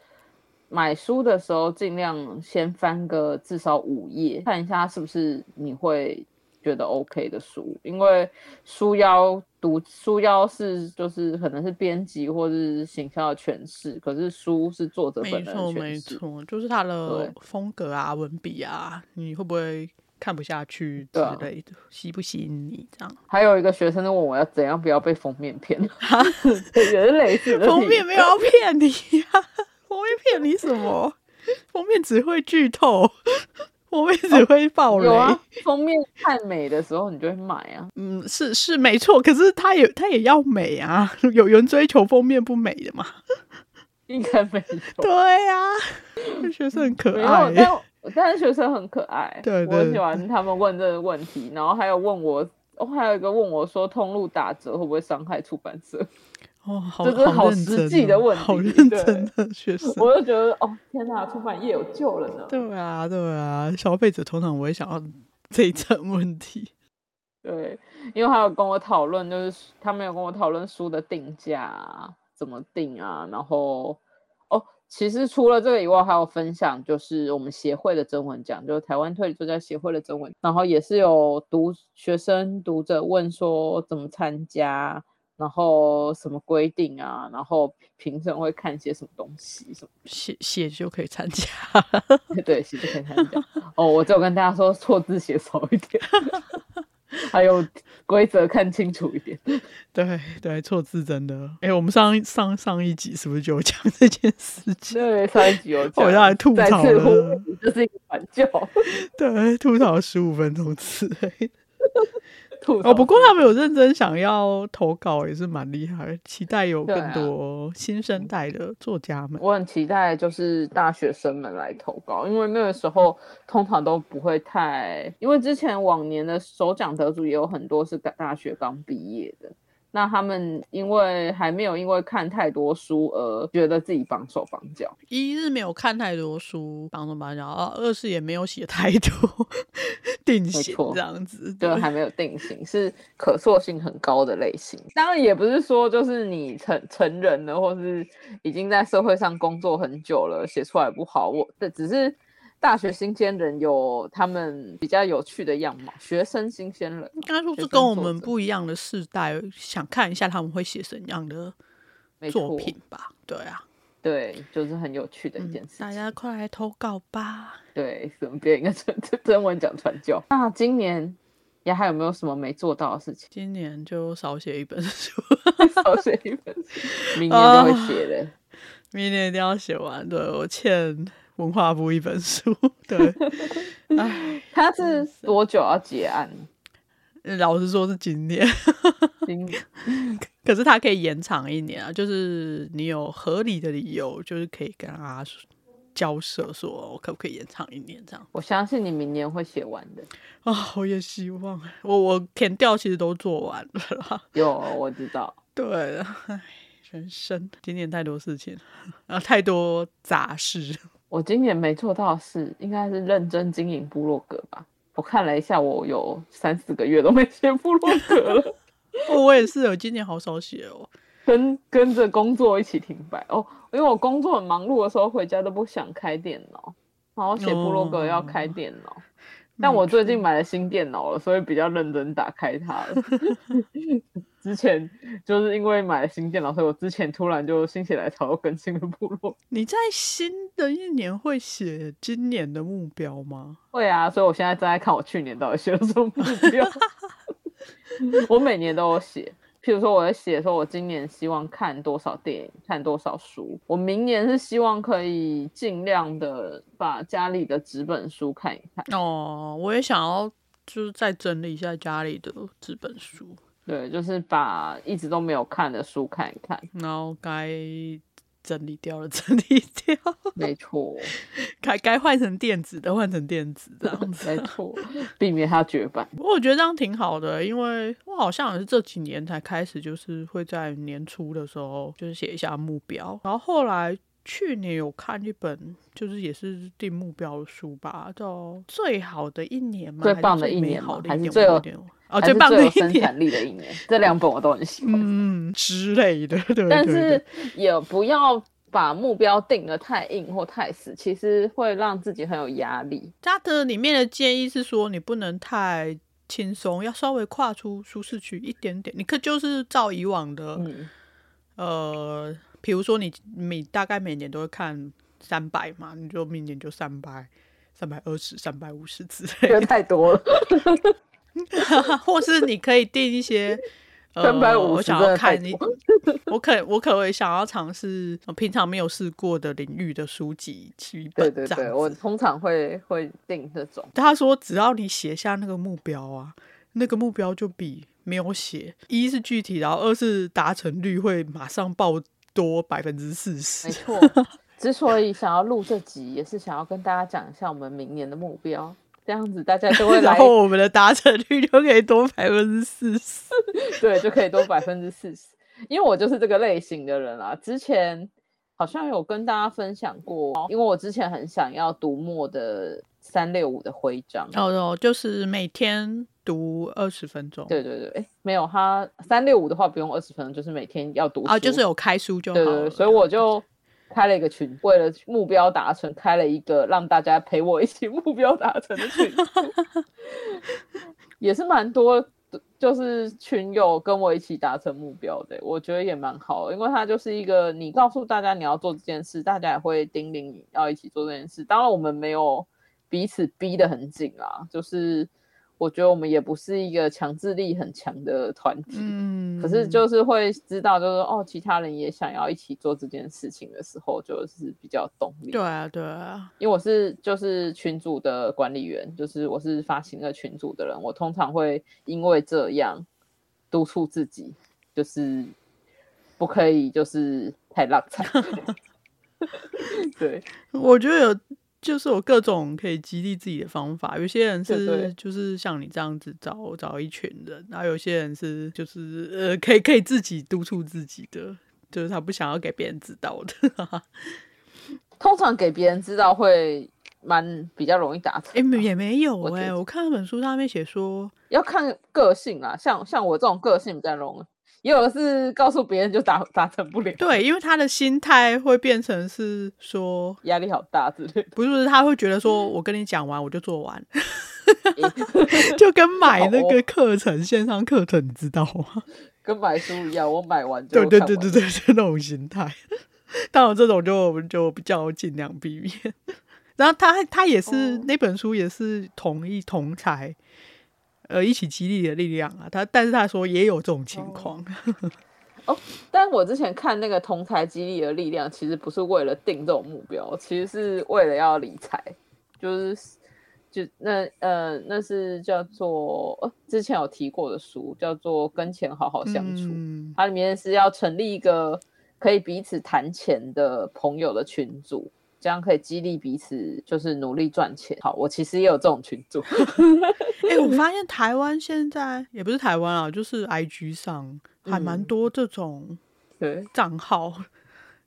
Speaker 2: 买书的时候，尽量先翻个至少五页，看一下是不是你会觉得 OK 的书，因为书腰读书腰是就是可能是编辑或是行销的诠释，可是书是作者本
Speaker 1: 没
Speaker 2: 人的
Speaker 1: 错，
Speaker 2: 诠
Speaker 1: 没
Speaker 2: 释。
Speaker 1: 错，就是他的
Speaker 2: 对
Speaker 1: 风格啊、文笔啊，你会不会看不下去之
Speaker 2: 对啊
Speaker 1: 类的，吸不吸引你这样？
Speaker 2: 还有一个学生就问我要怎样不要被封 面骗，也是类似的
Speaker 1: 封
Speaker 2: 题
Speaker 1: 面没有要骗你呀、 封面骗你什么？封面只会剧透， 封面只会爆雷。
Speaker 2: 有啊，封面太美的时候你就会买啊，
Speaker 1: 嗯，是是没错，可是他也他也要美啊， 有有人追求封面不美的嘛？
Speaker 2: 应该没有。
Speaker 1: 对呀、啊，学生很
Speaker 2: 没
Speaker 1: 可
Speaker 2: 有，
Speaker 1: 爱耶。
Speaker 2: 但我但是学生很可爱，
Speaker 1: 对
Speaker 2: 我
Speaker 1: 对
Speaker 2: 很喜欢他们问这个问题，然后还有问我，哦，还有一个问我说，通路打折会不会伤害出版社？
Speaker 1: 哦，好，
Speaker 2: 这是好
Speaker 1: 认
Speaker 2: 实
Speaker 1: 真
Speaker 2: 际的
Speaker 1: 哦
Speaker 2: 问
Speaker 1: 好
Speaker 2: 题
Speaker 1: 认
Speaker 2: 对
Speaker 1: 真的学生。
Speaker 2: 我就觉得，哦，天哪，出版业有救了呢。
Speaker 1: 对啊，对啊，消费者通常不会想到这一层问题。
Speaker 2: 对，因为还有跟我讨论，就是他们有跟我讨论书的定价、啊、怎么定啊，然后哦，其实除了这个以外，还有分享就是我们协会的征文奖，就是台湾推理作家协会的征文，然后也是有读学生读者问说怎么参加，然后什么规定啊，然后评审会看些什么东西什么。
Speaker 1: 写写就可以参加，
Speaker 2: 对，写字很难讲。哦，我只有跟大家说错字写少一点， 还有规则看清楚一点。
Speaker 1: 对对，错字真的。哎，我们上上上一集是不是就有讲这件事 情？
Speaker 2: 对，上一集有讲，
Speaker 1: 我让你吐
Speaker 2: 再
Speaker 1: 槽
Speaker 2: 次呼
Speaker 1: 了
Speaker 2: 吁，这是一个反教
Speaker 1: 对，吐槽十五分钟之类 的。
Speaker 2: 吐槽。
Speaker 1: 哦，不过他们有认真想要投稿，也是蛮厉害的。期待有
Speaker 2: 对
Speaker 1: 更
Speaker 2: 啊
Speaker 1: 多新生代的作家们。
Speaker 2: 我很期待就是大学生们来投稿，因为那个时候通常都不会太，因为之前往年的首奖得主也有很多是大大学刚毕业的。那他们因为还没有因为看太多书而觉得自己绑手绑脚，
Speaker 1: 一是没有看太多书，帮中帮讲啊；二是也没有写太多 定型
Speaker 2: 错
Speaker 1: 这样子。
Speaker 2: 对，还没有定型，是可塑性很高的类型。当然，也不是说就是你成成人了，或是已经在社会上工作很久了，写出来不好。我这只是大学新鲜人有他们比较有趣的样貌，学生新鲜人
Speaker 1: 应该说是
Speaker 2: 学生
Speaker 1: 跟我
Speaker 2: 作
Speaker 1: 们
Speaker 2: 者
Speaker 1: 不一样的世代，想看一下他们会写什么样的
Speaker 2: 没
Speaker 1: 作
Speaker 2: 错，
Speaker 1: 品吧。对啊，
Speaker 2: 对，就是很有趣的一
Speaker 1: 嗯
Speaker 2: 件事情。
Speaker 1: 大家快来投稿吧！？
Speaker 2: 对，怎么变一个真真文讲传教？那今年也还有没有什么没做到的事情
Speaker 1: 今年就少写一本书，
Speaker 2: 少写一本书，明年就
Speaker 1: 哦
Speaker 2: 会写了。
Speaker 1: 明年一定要写完。对我欠文化部一本书，对，唉，
Speaker 2: 他是多久要结案？
Speaker 1: 老实说是今年，
Speaker 2: 今年
Speaker 1: 可是它可以延长一年啊，就是你有合理的理由，就是可以跟他交涉，说我可不可以延长一年这样。
Speaker 2: 我相信你明年会写完的。
Speaker 1: 啊、我也希望，我我填调其实都做完了啦。
Speaker 2: 有，哦我知道。
Speaker 1: 对，啊唉，人生今年太多事情了，然后太多杂事。
Speaker 2: 我今年没做到的事，应该是认真经营部落格吧。我看了一下，我有三四个月都没写部落格了，
Speaker 1: 哦，我也是，我今年好少写哦。
Speaker 2: 跟跟着工作一起停摆哦。因为我工作很忙碌的时候，回家都不想开电脑，然后写部落格要开电脑。但我最近买了新电脑了，所以比较认真打开它了。 之前就是因为买了新电脑，所以我之前突然就心血来潮更新了部落
Speaker 1: 你在新的一年会写今年的目标吗？
Speaker 2: 会啊，所以我现在正在看我去年到底写了什么目标。我每年都有写，譬如说我在写说，我今年希望看多少电影，看多少书。我明年是希望可以尽量的把家里的纸本书看一看。
Speaker 1: 哦，我也想要，就是再整理一下家里的纸本书，
Speaker 2: 对，就是把一直都没有看的书看一看。
Speaker 1: 然后该整理掉了，整理掉，
Speaker 2: 没错，
Speaker 1: 该该换成电子的，换成电子这样子。
Speaker 2: 没错，避免它绝版。
Speaker 1: 不过我觉得这样挺好的，因为我好像也是这几年才开始，就是会在年初的时候，就是写一下目标，然后后来。去年有看一本，就是也是定目标的书吧，叫《最好的一年》吗？
Speaker 2: 最棒的
Speaker 1: 还是
Speaker 2: 一
Speaker 1: 最美
Speaker 2: 年吗
Speaker 1: 好的
Speaker 2: 还
Speaker 1: 一
Speaker 2: 是
Speaker 1: 年，
Speaker 2: 最
Speaker 1: 我
Speaker 2: 有
Speaker 1: 有点忘哦，
Speaker 2: 还
Speaker 1: 最
Speaker 2: 是
Speaker 1: 棒
Speaker 2: 最
Speaker 1: 的
Speaker 2: 有
Speaker 1: 一
Speaker 2: 生
Speaker 1: 年，
Speaker 2: 产力的一年，这两本我都很喜欢。
Speaker 1: 嗯之类的，对对
Speaker 2: 但
Speaker 1: 对
Speaker 2: 是也不要把目标定得太硬或太死，其实会让自己很有压力。
Speaker 1: 它的里面的建议是说，你不能太轻松，要稍微跨出舒适区一点点。你可就是照以往的，
Speaker 2: 嗯，
Speaker 1: 呃，比如说你你大概每年都会看三百嘛，你就明年就三百、三百二十、三百五十之类
Speaker 2: 觉得太 多了。
Speaker 1: 的， 或是你可以定一些。 呃
Speaker 2: 350
Speaker 1: 我想
Speaker 2: 真
Speaker 1: 要
Speaker 2: 的太
Speaker 1: 看一
Speaker 2: 多，
Speaker 1: 我可我可会想要尝试呃平常没有试过的领域的书籍去
Speaker 2: 对
Speaker 1: 本
Speaker 2: 对
Speaker 1: 这样
Speaker 2: 对，我
Speaker 1: 子
Speaker 2: 通常会会定这 种。
Speaker 1: 他说，只要你写下那个目标啊，那个目标就比没有写，一是具体，然后二是达成率会马上爆多百分之四
Speaker 2: 没
Speaker 1: 十。
Speaker 2: 错，之所以想要录这集，也是想要跟大家讲一下我们明年的目标，这样子大家就会
Speaker 1: 然
Speaker 2: 来，
Speaker 1: 后我们的达成率就可以多百分之四十。
Speaker 2: 对，就可以多百分之四十。因为我就是这个类型的人啦，之前好像有跟大家分享过，因为我之前很想要读墨的三六五的徽章，
Speaker 1: 哦哦，就是每天读二十分钟。
Speaker 2: 对对对，诶没有，他三六五的话不用二十分钟，就是每天要读
Speaker 1: 啊，
Speaker 2: 书
Speaker 1: 就是有开书就好
Speaker 2: 对
Speaker 1: 了。
Speaker 2: 对对，所以我就开了一个群，为了目标达成，开了一个让大家陪我一起目标达成的群， 也是蛮多，就是群友跟我一起达成目标的，我觉得也蛮好的，因为它就是一个你告诉大家你要做这件事，大家也会叮咛你要一起做这件事。当然，我们没有彼此逼得很紧啦，就是我觉得我们也不是一个强制力很强的团体，
Speaker 1: 嗯，
Speaker 2: 可是就是会知道，就是哦，其他人也想要一起做这件事情的时候，就是比较有动力。
Speaker 1: 对，啊对啊，
Speaker 2: 因为我是就是群组的管理员，就是我是发行的群组的人，我通常会因为这样督促自己，就是不可以就是太 浪惨。 对，
Speaker 1: 我觉得有。就是有各种可以激励自己的方法，有些人
Speaker 2: 对对
Speaker 1: 是就是像你这样子找找一群人，然后有些人是就是呃可以可以自己督促自己的，就是他不想要给别人知道的。
Speaker 2: 通常给别人知道会蛮比较容易达成。
Speaker 1: 哎、也没有
Speaker 2: 我觉
Speaker 1: 哎、
Speaker 2: 得
Speaker 1: 我看那本书上面写说，
Speaker 2: 要看个性啦，像像我这种个性比较容易，也有的是告诉别人就达达成不了，
Speaker 1: 对，因为他的心态会变成是说，
Speaker 2: 压力好大之类的。
Speaker 1: 不是他会觉得
Speaker 2: 嗯
Speaker 1: 说我跟你讲完我就做 完，
Speaker 2: 诶
Speaker 1: 就跟买那
Speaker 2: 好
Speaker 1: 个
Speaker 2: 哦
Speaker 1: 课程线上课程，你知道吗？
Speaker 2: 跟买书一样，我买完就
Speaker 1: 对对
Speaker 2: 看
Speaker 1: 对
Speaker 2: 完
Speaker 1: 对对，就那种心态。 当然这种就我们就比较尽量避免。然后他他也是、
Speaker 2: 哦
Speaker 1: 那本书也是同一同才，呃，一起激励的力量啊。他但是他说也有这种情
Speaker 2: 哦
Speaker 1: 况，
Speaker 2: 但我之前看那个《同台激励的力量》，其实不是为了定这种目标，其实是为了要理财，就是就那呃那是叫做、呃、之前有提过的书，叫做《跟钱好好相处》。
Speaker 1: 嗯
Speaker 2: 它里面是要成立一个可以彼此谈钱的朋友的群组，这样可以激励彼此，就是努力赚钱。好，我其实也有这种群组，
Speaker 1: 哎、我发现台湾现在也不是台湾啊，就是 IG 上还蛮
Speaker 2: 嗯
Speaker 1: 多这种
Speaker 2: 对，
Speaker 1: 账号，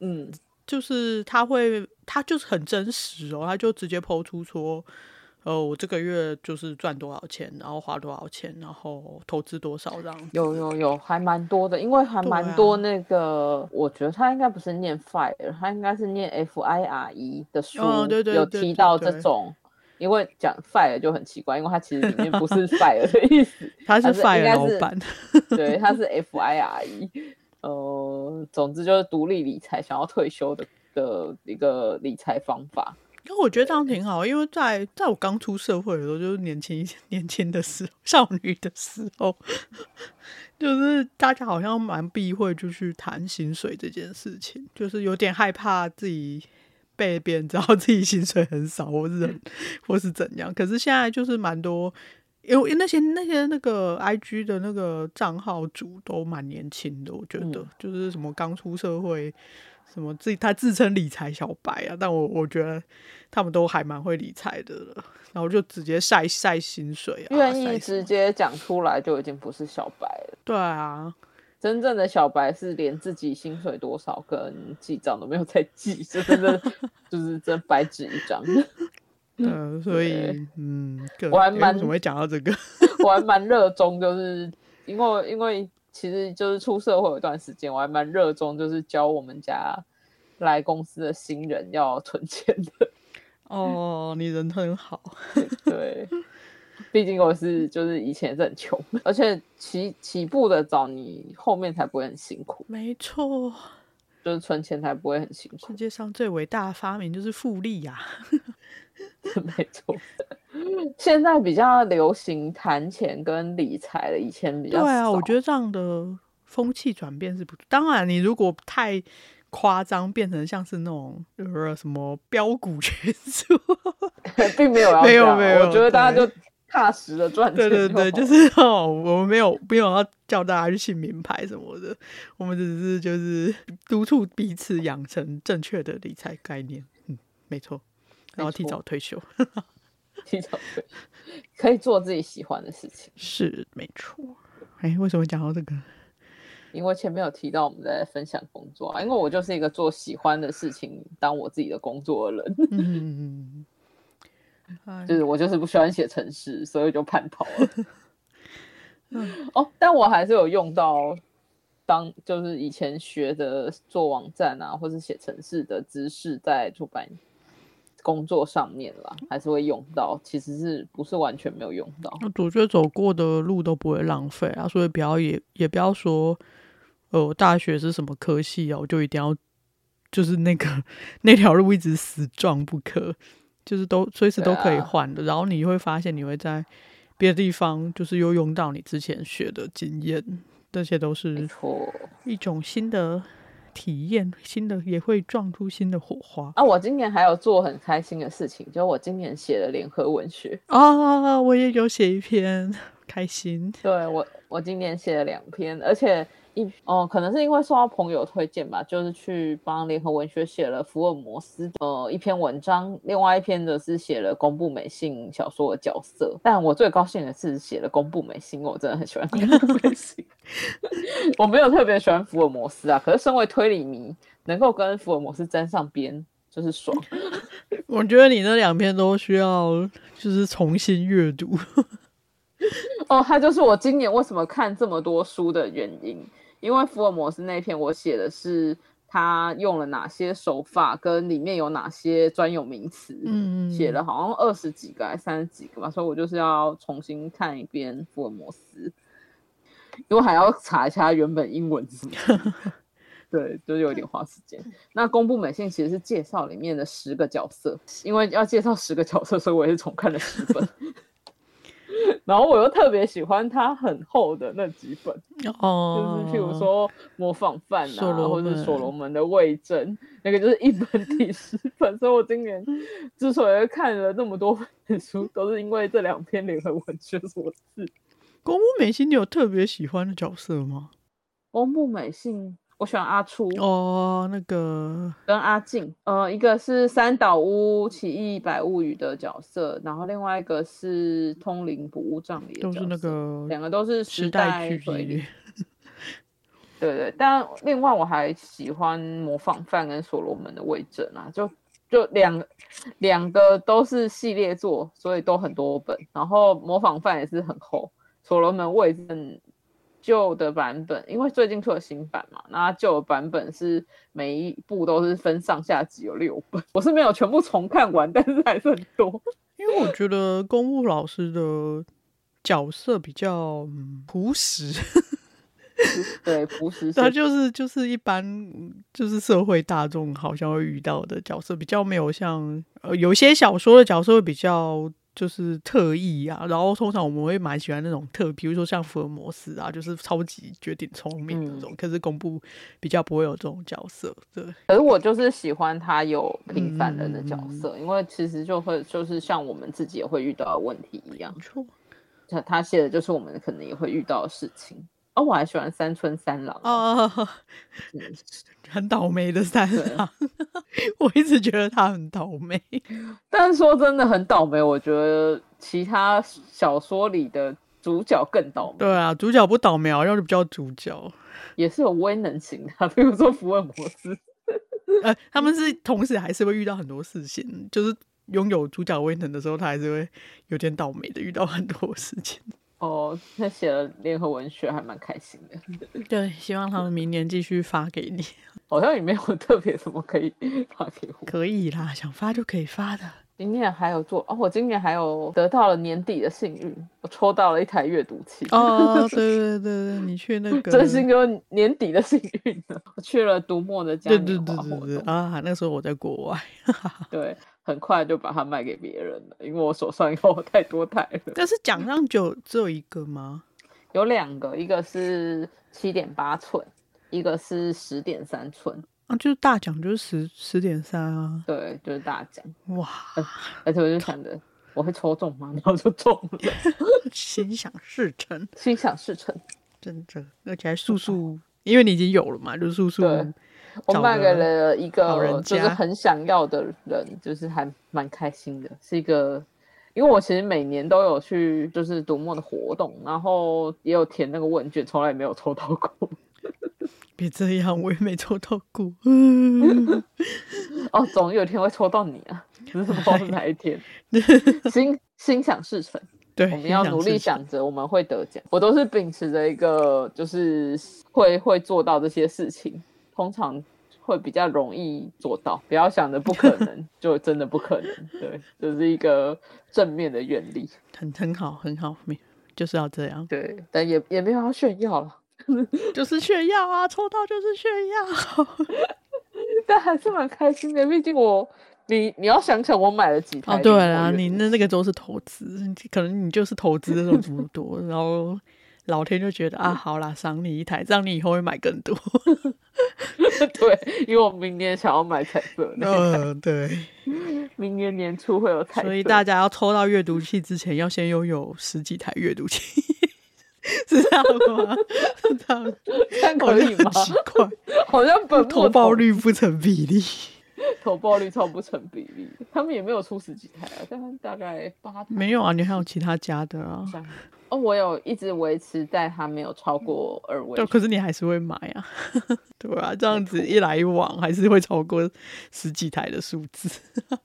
Speaker 2: 嗯，
Speaker 1: 就是他会，他就是很真实哦，他就直接抛出说，呃，我这个月就是赚多少钱，然后花多少钱，然后投资多少这样子。
Speaker 2: 有有有，还蛮多的，因为还
Speaker 1: 对
Speaker 2: 蛮
Speaker 1: 啊
Speaker 2: 多那个，我觉得他应该不是念 fire，他应该是念 f i r e 的书，
Speaker 1: 哦对对
Speaker 2: 有
Speaker 1: 对
Speaker 2: 提
Speaker 1: 对
Speaker 2: 到这
Speaker 1: 对
Speaker 2: 种。因为讲 fire 就很奇怪，因为它其实里面不 是 fire 的意思，
Speaker 1: 他是
Speaker 2: 还是啊应
Speaker 1: fire
Speaker 2: 该
Speaker 1: 老
Speaker 2: 是
Speaker 1: 板，
Speaker 2: 对，它是 F I R E，呃，总之就是独立理财，想要退休的的一个理财方法。
Speaker 1: 那我觉得这样挺好，因为在在我刚出社会的时候，就是年轻年轻的时候，少女的时候，就是大家好像蛮避讳就去谈薪水这件事情，就是有点害怕自己被别人知道自己薪水很少，或是很
Speaker 2: 嗯
Speaker 1: 或是怎样。可是现在就是蛮多，因为因为那些那些那个 I G 的那个账号主都蛮年轻的，我觉得、
Speaker 2: 嗯
Speaker 1: 就是什么刚出社会，什么自他自称理财小白啊，但我我觉得他们都还蛮会理财的了，然后就直接晒晒薪水啊，
Speaker 2: 愿
Speaker 1: 晒
Speaker 2: 意
Speaker 1: 什么
Speaker 2: 直接讲出来就已经不是小白了。
Speaker 1: 对啊，
Speaker 2: 真正的小白是连自己薪水多少跟记账都没有在记，就真的就是真白纸一张。
Speaker 1: 嗯，所以
Speaker 2: 对
Speaker 1: 嗯，个
Speaker 2: 我还
Speaker 1: 诶
Speaker 2: 蛮
Speaker 1: 为什么会讲到这个？
Speaker 2: 我还蛮热衷，就是因为因为其实就是出社会有一段时间，我还蛮热衷，就是教我们家来公司的新人要存钱的。
Speaker 1: 哦，你人很好，
Speaker 2: 对，毕竟我是就是以前是很穷，而且起起步的早，你后面才不会很辛 苦，
Speaker 1: 没错，
Speaker 2: 就是存钱才不会很辛苦
Speaker 1: 世，界上最伟大的发明就是复利啊呀、
Speaker 2: 没错。 现在比较流行谈钱跟理财了，以前比
Speaker 1: 对
Speaker 2: 较
Speaker 1: 啊，我
Speaker 2: 少
Speaker 1: 觉得这样的风气转变是不错。当然，你如果太夸张，变成像是那种呃什么标股权 术，
Speaker 2: 并没有要
Speaker 1: 没有
Speaker 2: 这样
Speaker 1: 没
Speaker 2: 我
Speaker 1: 有
Speaker 2: 觉得大家
Speaker 1: 对
Speaker 2: 就踏实的赚
Speaker 1: 对
Speaker 2: 钱。
Speaker 1: 对对，就。是哦，我们没有没有要叫大家去信名牌什么的，我们只是就是督促彼此养成正确的理财概念。嗯，没错，然后
Speaker 2: 没
Speaker 1: 提
Speaker 2: 错
Speaker 1: 早退休
Speaker 2: 提早退，可以做自己喜欢的事情。
Speaker 1: 是没错。哎，为什么讲到这个？
Speaker 2: 因为前面有提到我们在分享工作啊，因为我就是一个做喜欢的事情当我自己的工作的人，
Speaker 1: 嗯，哎
Speaker 2: 就是我就是不喜欢写程式，所以就叛逃了。 哦，但我还是有用到当就是以前学的做网站啊，或是写程式的知识在出版工作上面啦，还是会用到。其实是不是完全没有用到？
Speaker 1: 我觉得走过的路都不会浪费啊，所以不要也也不要说，呃，我大学是什么科系啊，我就一定要就是那个 那条路一直死撞不可，就是都随时都可以
Speaker 2: 对啊
Speaker 1: 换的。然后你会发现，你会在别的地方就是又用到你之前学的经验，这些都
Speaker 2: 没
Speaker 1: 是
Speaker 2: 错。
Speaker 1: 一种新的体验，新的也会撞出新的火花。
Speaker 2: 啊，我今年还有做很开心的事情，就是我今年写了联合文学。
Speaker 1: 啊，我也有写一篇，开 心。
Speaker 2: 对我，我今年写了两篇，而且一哦、可能是因为受到朋友推荐吧，就是去帮联合文学写了福尔摩斯呃一篇文章，另外一篇则是写了宫部美幸小说的角色。但我最高兴的是写了宫部美幸，因为我真的很喜欢 宫部美幸。我没有特别喜欢福尔摩斯啊，可是身为推理迷，能够跟福尔摩斯沾上边就是爽。
Speaker 1: 我觉得你那两篇都需要就是重新阅读，
Speaker 2: 哦，它就是我今年为什么看这么多书的原因，因为福尔摩斯那篇我写的是他用了哪些手法，跟里面有哪些专有名词，
Speaker 1: 嗯
Speaker 2: 写了好像二十几个还是三十几个吧，所以我就是要重新看一遍福尔摩斯，因为还要查一下它原本英文是什么意 思。对，就是有点花时间。那公布美信其实是介绍里面的十个角色，因为要介绍十个角色，所以我也是重看了十本。然后我又特别喜欢它很厚的那几本，
Speaker 1: 哦
Speaker 2: 就，是譬如说模仿犯
Speaker 1: 所
Speaker 2: 啊，
Speaker 1: 罗
Speaker 2: 或者是所
Speaker 1: 门
Speaker 2: 罗门的魏征，那个就是一本 抵十本。所以我今年之所以看了那么多本书，都是因为这两篇联合文学所致。
Speaker 1: 宫部美心，你有特别喜欢的角色吗？
Speaker 2: 哦宫部美幸，我喜欢阿初
Speaker 1: 哦，那个
Speaker 2: 跟阿静，呃，一个是三岛屋《奇异百物语》的角色，然后另外一个是通灵捕物杖里的
Speaker 1: 都
Speaker 2: 角
Speaker 1: 是那
Speaker 2: 色
Speaker 1: 个
Speaker 2: 两个都是
Speaker 1: 时代
Speaker 2: 代
Speaker 1: 剧
Speaker 2: 推理
Speaker 1: 集，
Speaker 2: 对对，但另外我还喜欢模仿犯跟所罗门的魏征啊，就就两两个都是系列作，所以都很多本。然后模仿犯也是很厚，所罗门魏征旧的版本，因为最近出了新版嘛，那旧的版本是每一部都是分上下集，有六本。我是没有全部重看完，但是还是很多。
Speaker 1: 因为我觉得公务老师的角色比较嗯朴实，
Speaker 2: 对，朴实
Speaker 1: 他
Speaker 2: 是
Speaker 1: 啊就是就是一般嗯就是社会大众好像会遇到的角色，比较没有像呃有些小说的角色会比较就是特意啊，然后通常我们会蛮喜欢那种特，比如说像福尔摩斯啊，就是超级绝顶聪明的那种，可是公布比较不会有这种角色，对，
Speaker 2: 可是我就是喜欢他有平凡人的角色，因为其实就会就是像我们自己也会遇到的问题一样
Speaker 1: 没，错
Speaker 2: 他他写的就是我们可能也会遇到的事情。哦，我还喜欢三村三郎，
Speaker 1: 啊。
Speaker 2: 嗯
Speaker 1: 很倒霉的三
Speaker 2: 对
Speaker 1: 郎， 我一直觉得他很倒霉。
Speaker 2: 但是说真的很倒霉，我觉得其他小说里的主角更倒霉，
Speaker 1: 对啊，主角不倒霉，好像就不叫主角。
Speaker 2: 也是有威能型的啊，比如说福尔摩斯，
Speaker 1: 呃，他们是同时还是会遇到很多事情，就是拥有主角威能的时候，他还是会有点倒霉的，遇到很多事情。
Speaker 2: 哦，他写了联合文学还蛮开心的，
Speaker 1: 对，希望他们明年继续发给你，
Speaker 2: 好像也没有特别什么可以发给我。
Speaker 1: 可以啦，想发就可以发的。
Speaker 2: 今年还有做哦，我今年还有得到了年底的幸运，我抽到了一台阅读器，
Speaker 1: 哦，对 对对对，你去那个，
Speaker 2: 真心给我年底的幸运呢。 我去了读墨的嘉
Speaker 1: 对对
Speaker 2: 年
Speaker 1: 对
Speaker 2: 华活
Speaker 1: 对
Speaker 2: 动，
Speaker 1: 对啊！那时候我在国外，
Speaker 2: 对很快就把它卖给别人了，因为我手上有太多台 了，
Speaker 1: 但是奖项只有只有一个吗？
Speaker 2: 有两个，一个是七点八寸，一个是十点三寸，
Speaker 1: 啊，就是大奖就是十十点三啊！
Speaker 2: 对，就是大奖。
Speaker 1: 哇，
Speaker 2: 而且我就想着我会抽中吗？ 然后就中了，
Speaker 1: 心想事成，
Speaker 2: 心想事成。
Speaker 1: 真的，而且还速 速，因为你已经有了嘛，就速速
Speaker 2: 对我
Speaker 1: 找
Speaker 2: 卖
Speaker 1: 个
Speaker 2: 给了一
Speaker 1: 好人
Speaker 2: 个就是
Speaker 1: 家
Speaker 2: 很想要的人，就是还蛮开心的，是一个。因为我其实每年都有去就是读墨的活动，然后也有填那个问卷，从来没有抽到过。
Speaker 1: 别这样，我也没抽到过。嗯
Speaker 2: 哦，总有一天会抽到你啊， 只是不知道是哪 一天。心心想事成，
Speaker 1: 对，
Speaker 2: 我们要
Speaker 1: 心
Speaker 2: 努
Speaker 1: 事
Speaker 2: 力
Speaker 1: 成
Speaker 2: 想着我们会得奖。我都是秉持着一个就是会会做到这些事情，通常会比较容易做到。不要想着不可 能，就真的不可能。对，这、是一个正面的愿力。，
Speaker 1: 很很好，很好，没就是要这样
Speaker 2: 对，但也也没有要炫耀了，
Speaker 1: 就是炫耀啊，抽到就是 炫耀。 啊
Speaker 2: 但还是蛮开心的。毕竟我，你你要想想我买了几台
Speaker 1: 哦，
Speaker 2: 苹
Speaker 1: 对
Speaker 2: 果
Speaker 1: 啦，
Speaker 2: 阅
Speaker 1: 你
Speaker 2: 读
Speaker 1: 那那个都是投资，可能你就是投资那种足多，然后老天就觉得啊，好啦，赏你一台，让你以后会买更 多。
Speaker 2: 对，因为我明年想要买彩色的，
Speaker 1: 嗯，对，
Speaker 2: 明年年初会有彩色的，
Speaker 1: 所以大家要抽到阅读器之前，要先拥有十几台阅读器，是这样吗？ 是这样，
Speaker 2: 这样
Speaker 1: 好
Speaker 2: 可
Speaker 1: 像
Speaker 2: 以
Speaker 1: 很
Speaker 2: 吗？
Speaker 1: 奇 怪，
Speaker 2: 好像本末
Speaker 1: 投报率哦不成比例。
Speaker 2: 投报率超不成比例，他们也没有出十几台啊，但大概八台
Speaker 1: 没有啊，你还有其他家的啊
Speaker 2: 以？上。哦，我有一直维持在它没有超过二位
Speaker 1: 对，
Speaker 2: 数，
Speaker 1: 可是你还是会买啊， 对啊，这样子一来一往还是会超过十几台的数 字，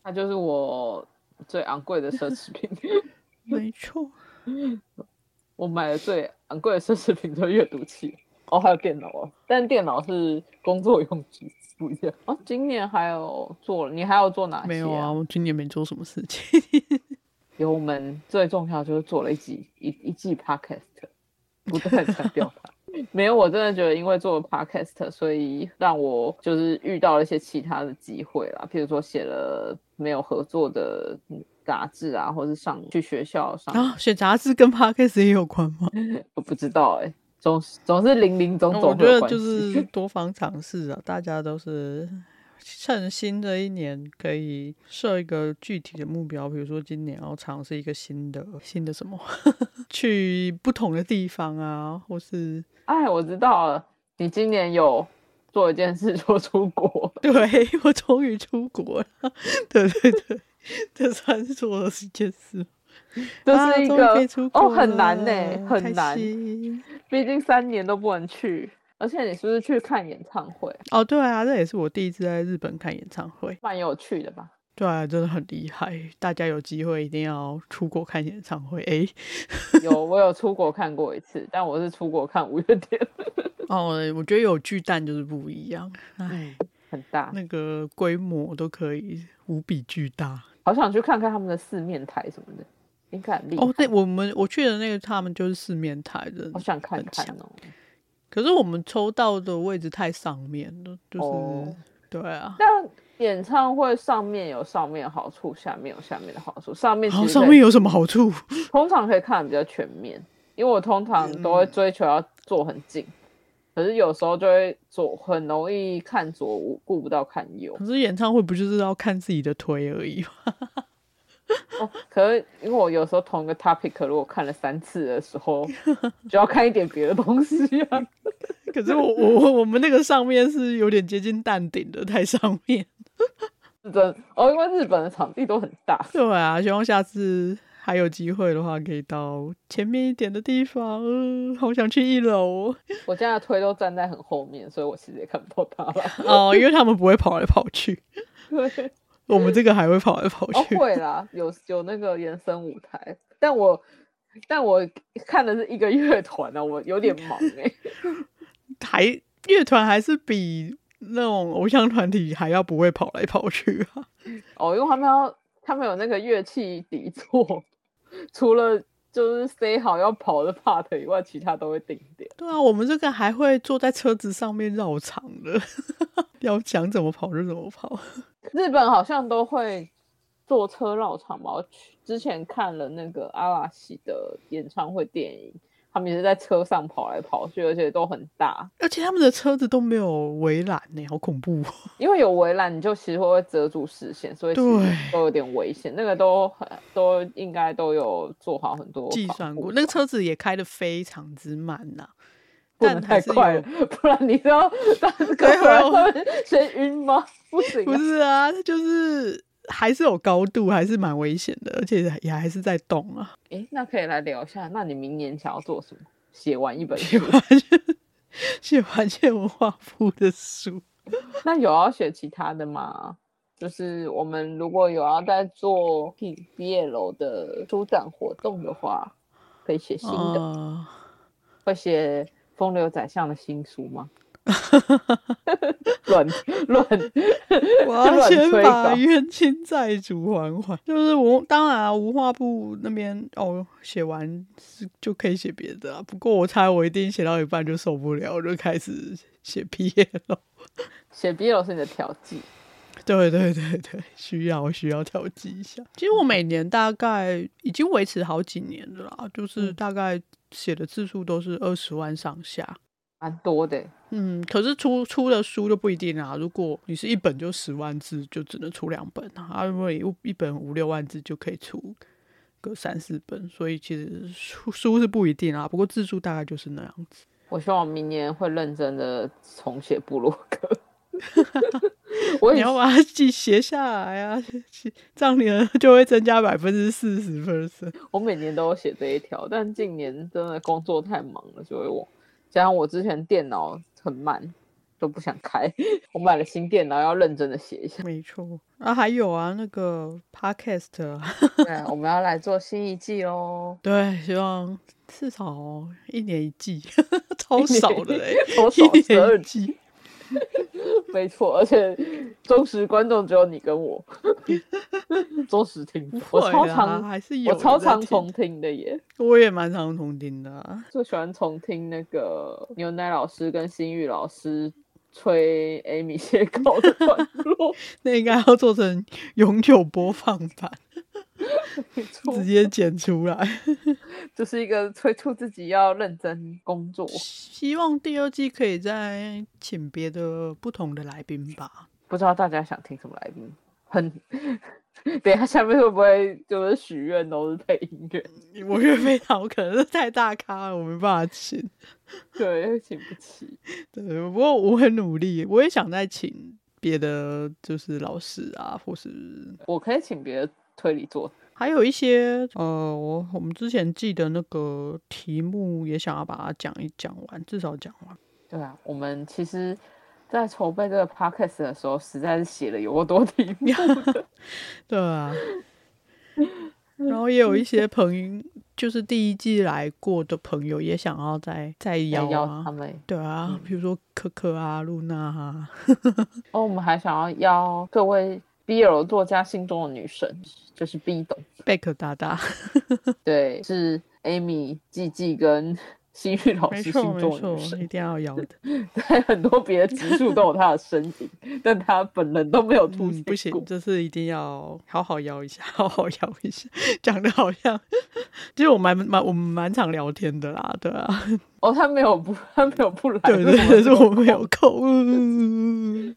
Speaker 2: 它就是我最昂贵的奢侈品。
Speaker 1: 没错。
Speaker 2: 我买的最昂贵的奢侈品就是阅读器，哦，还有电脑哦，但电脑是工作用具，不一样。哦，今年还有做，你还有做哪些、
Speaker 1: 没有啊，
Speaker 2: 啊？
Speaker 1: 我今年没做什么事情。
Speaker 2: 有我们最重要就是做了一集一一季 podcast，不断地强调它。 没有，我真的觉得因为做了 podcast，所以让我就是遇到了一些其他的机会啦，譬如说写了没有合作的杂志啊，或是上去学 校上，
Speaker 1: 啊，选杂志跟 podcast 也有关吗？
Speaker 2: 我不知道哎、总总是零零总
Speaker 1: 那
Speaker 2: 嗯
Speaker 1: 哦
Speaker 2: 总
Speaker 1: 我
Speaker 2: 会
Speaker 1: 觉
Speaker 2: 有
Speaker 1: 得
Speaker 2: 关
Speaker 1: 就
Speaker 2: 系
Speaker 1: 是多方尝试啊，大家都是趁新的一年可以设一个具体的目标，比如说今年要尝试一个新的新的什么， 去不同的地方啊，或是
Speaker 2: 哎，我知道了，你今年有做一件事 就出国，
Speaker 1: 对我终于出国了，对对对，这算是做的一件事。
Speaker 2: 这
Speaker 1: 啊
Speaker 2: 是一
Speaker 1: 终于可
Speaker 2: 个
Speaker 1: 以、出
Speaker 2: 哦
Speaker 1: 国
Speaker 2: 很难呢、
Speaker 1: 了
Speaker 2: 很
Speaker 1: 开
Speaker 2: 难，
Speaker 1: 心
Speaker 2: 毕竟三年都不能去，而且你是不是去看演唱会，
Speaker 1: 哦，对啊，这也是我第一次在日本看演唱会，
Speaker 2: 蛮有趣的吧？
Speaker 1: 对啊，真的很厉害，大家有机会一定要出国看演唱会。诶，
Speaker 2: 有我有出国看过一次，但我是出国看五月天，
Speaker 1: 哦，我觉得有巨蛋就是不一样，哎，
Speaker 2: 很大，
Speaker 1: 那个规模都可以无比巨大。
Speaker 2: 好想去看看他们的四面台什么的，应该很厉害，
Speaker 1: 哦，对，我们我去的那个他们就是四面台的
Speaker 2: 好，想看
Speaker 1: 很
Speaker 2: 看
Speaker 1: 强
Speaker 2: 哦。
Speaker 1: 可是我们抽到的位置太上面了，就是、
Speaker 2: 哦
Speaker 1: 对啊，
Speaker 2: 但演唱会上面有上面的好处，下面有下面的好处。上面
Speaker 1: 然后
Speaker 2: 其实
Speaker 1: 上
Speaker 2: 可以
Speaker 1: 面有什么好处？
Speaker 2: 通常可以看得比较全面，因为我通常
Speaker 1: 嗯
Speaker 2: 都会追求要坐很近，可是有时候就会左很容易看左顾不到看右
Speaker 1: 可。是演唱会不就是要看自己的腿而已吗？
Speaker 2: 哦，可是因为我有时候同一个 topic 如果看了三次的时候，就要看一点别的东西啊。
Speaker 1: 可是我我我我们那个上面是有点接近蛋顶的，太上面。
Speaker 2: 是真哦，因为日本的场地都很大，
Speaker 1: 对啊，希望下次还有机会的话，可以到前面一点的地方。呃、好想去一楼 哦
Speaker 2: 我家的推都站在很后面，所以我其实也看不到它了。
Speaker 1: 哦，因为他们不会跑来跑去，
Speaker 2: 对。
Speaker 1: 我们这个还会跑来跑
Speaker 2: 哦，
Speaker 1: 去。
Speaker 2: 会啦，有有那个延伸舞台，但我但我看的是一个乐团呢、啊，我有点忙哎、
Speaker 1: 还乐团还是比那种偶像团体还要不会跑来跑去啊。
Speaker 2: 哦，因为他们要他们有那个乐器底座，除了就是 say 好要跑的 part 以外，其他都会定点。
Speaker 1: 对啊，我们这个还会坐在车子上面绕场的， 要想怎么跑就怎么跑。
Speaker 2: 日本好像都会坐车绕场吧？我去之前看了那个阿拉西的演唱会电影，他们也是在车上跑来跑去，而且都很大。
Speaker 1: 而且他们的车子都没有围栏呢，好恐怖、哦！
Speaker 2: 因为有围栏，你就其实会遮住视线，所以其
Speaker 1: 对
Speaker 2: 实都有点危险。那个都很都应该都有做好很多
Speaker 1: 计
Speaker 2: 防
Speaker 1: 算
Speaker 2: 护
Speaker 1: 过，那个车子也开得非常之慢呐、
Speaker 2: 不
Speaker 1: 但
Speaker 2: 能
Speaker 1: 还
Speaker 2: 太
Speaker 1: 是
Speaker 2: 快
Speaker 1: 有
Speaker 2: 了， 不然你知道到时候
Speaker 1: 对啊
Speaker 2: 回来
Speaker 1: 我
Speaker 2: 会先 晕吗？不行、
Speaker 1: 不
Speaker 2: 啊，
Speaker 1: 是啊，它就是还是有高度，还是蛮危险的，而且也还是在动啊。
Speaker 2: 哎、那可以来聊一下，那你明年想要做什么？写完一本
Speaker 1: 写
Speaker 2: 书，
Speaker 1: 完就写完建文化部的书，
Speaker 2: 那有要写其他的吗？就是我们如果有要在做毕业楼的书展活动的话，可以写新的，
Speaker 1: 呃
Speaker 2: 会写风流宰相的新书 吗？乱乱，
Speaker 1: 我要先
Speaker 2: 乱
Speaker 1: 把
Speaker 2: 推稿
Speaker 1: 冤亲债主还还。就是我当然、啊、文化部那边哦，写完是就可以写别的、啊。不过我猜我一定写到一半就受不了，就开始写毕业了。
Speaker 2: 写 BL 是你的调剂，
Speaker 1: 对对对对，需要需要调剂一下。其实我每年大概已经维持好几年了啦，就是
Speaker 2: 嗯
Speaker 1: 大概写的字数都是二十万上下。
Speaker 2: 蛮多的欸。
Speaker 1: 嗯，可是出出的书就不一定啊。如果你是一本就十万字，就只能出两本啊；啊如果你一一本五六万字，就可以出个三四本。所以其实书书是不一定啊，不过字数大概就是那样子。
Speaker 2: 我希望我明年会认真的重写部落 格。 我
Speaker 1: 你
Speaker 2: 也
Speaker 1: 要把它记写下来啊， 写这样你的 就会增加百分之四十 percent。。
Speaker 2: 我每年都有写这一条，但近年真的工作太忙了，所以我加上我之前电脑很慢，都不想开。我买了新电脑，要认真的写一下
Speaker 1: 没错啊，还有啊，那个 podcast，啊。
Speaker 2: 对啊，我们要来做新一季喽
Speaker 1: 对，希望至少一年一季， 超少的嘞、
Speaker 2: 多
Speaker 1: 一
Speaker 2: 少十
Speaker 1: 年
Speaker 2: 二
Speaker 1: 一季。
Speaker 2: 没错，而且忠实观众只有你跟我，忠实听
Speaker 1: 不
Speaker 2: 众。
Speaker 1: 会
Speaker 2: 我超
Speaker 1: 啦
Speaker 2: 常，
Speaker 1: 啊还是有
Speaker 2: 我
Speaker 1: 人
Speaker 2: 超
Speaker 1: 在
Speaker 2: 常
Speaker 1: 听
Speaker 2: 重，听的耶，
Speaker 1: 我也蛮常重听的、啊。
Speaker 2: 最喜欢重听那个牛奶老师跟新玉老师吹 Amy 写稿的段落，
Speaker 1: 那应该要做成永久播放版，
Speaker 2: 没错
Speaker 1: 直，接剪出来。
Speaker 2: 就是一个催促自己要认真工作，
Speaker 1: 希望第二季可以再请别的不同的来宾吧。
Speaker 2: 不知道大家想听什么来宾，很等一下下面会不会就是许愿都是配音乐？
Speaker 1: 我岳飞堂可能是太大咖了，我没办法请。
Speaker 2: 对，请不起。
Speaker 1: 对，不过我很努力，我也想再请别的，就是老师啊，或是
Speaker 2: 我可以请别的推理作
Speaker 1: 还有一些呃，我我们之前记得那个题目也想要把它讲一讲完，至少讲完。
Speaker 2: 对啊，我们其实，在筹备这个 podcast 的时候，实在是写了有够多题 目的。
Speaker 1: 对啊，然后也有一些朋友，就是第一季来过的朋友，也想要再再邀
Speaker 2: 要邀
Speaker 1: 啊
Speaker 2: 他。们嗯
Speaker 1: 对啊，比如说可可啊、露娜啊，
Speaker 2: 哦，我们还想要邀各位 BL 作家心中的女神，就是 B 董，
Speaker 1: 贝克大大，
Speaker 2: 对，是 Amy、季季跟 新玉老
Speaker 1: 没
Speaker 2: 师心
Speaker 1: 错没
Speaker 2: 中的
Speaker 1: 错
Speaker 2: 女，神。
Speaker 1: 一定要邀 的。
Speaker 2: 在很多别的集数都有她的身影，但她本人都没有出
Speaker 1: 嗯，
Speaker 2: 现
Speaker 1: 不行
Speaker 2: 过，。
Speaker 1: 这次一定要好好邀一下，好好邀一下，讲的好像，其实我蛮蛮我们蛮常聊天的啦，对啊，
Speaker 2: 哦，她没有不，她没有不来。
Speaker 1: 对
Speaker 2: 我
Speaker 1: 对
Speaker 2: 们
Speaker 1: 对，是
Speaker 2: 就
Speaker 1: 我没有空，嗯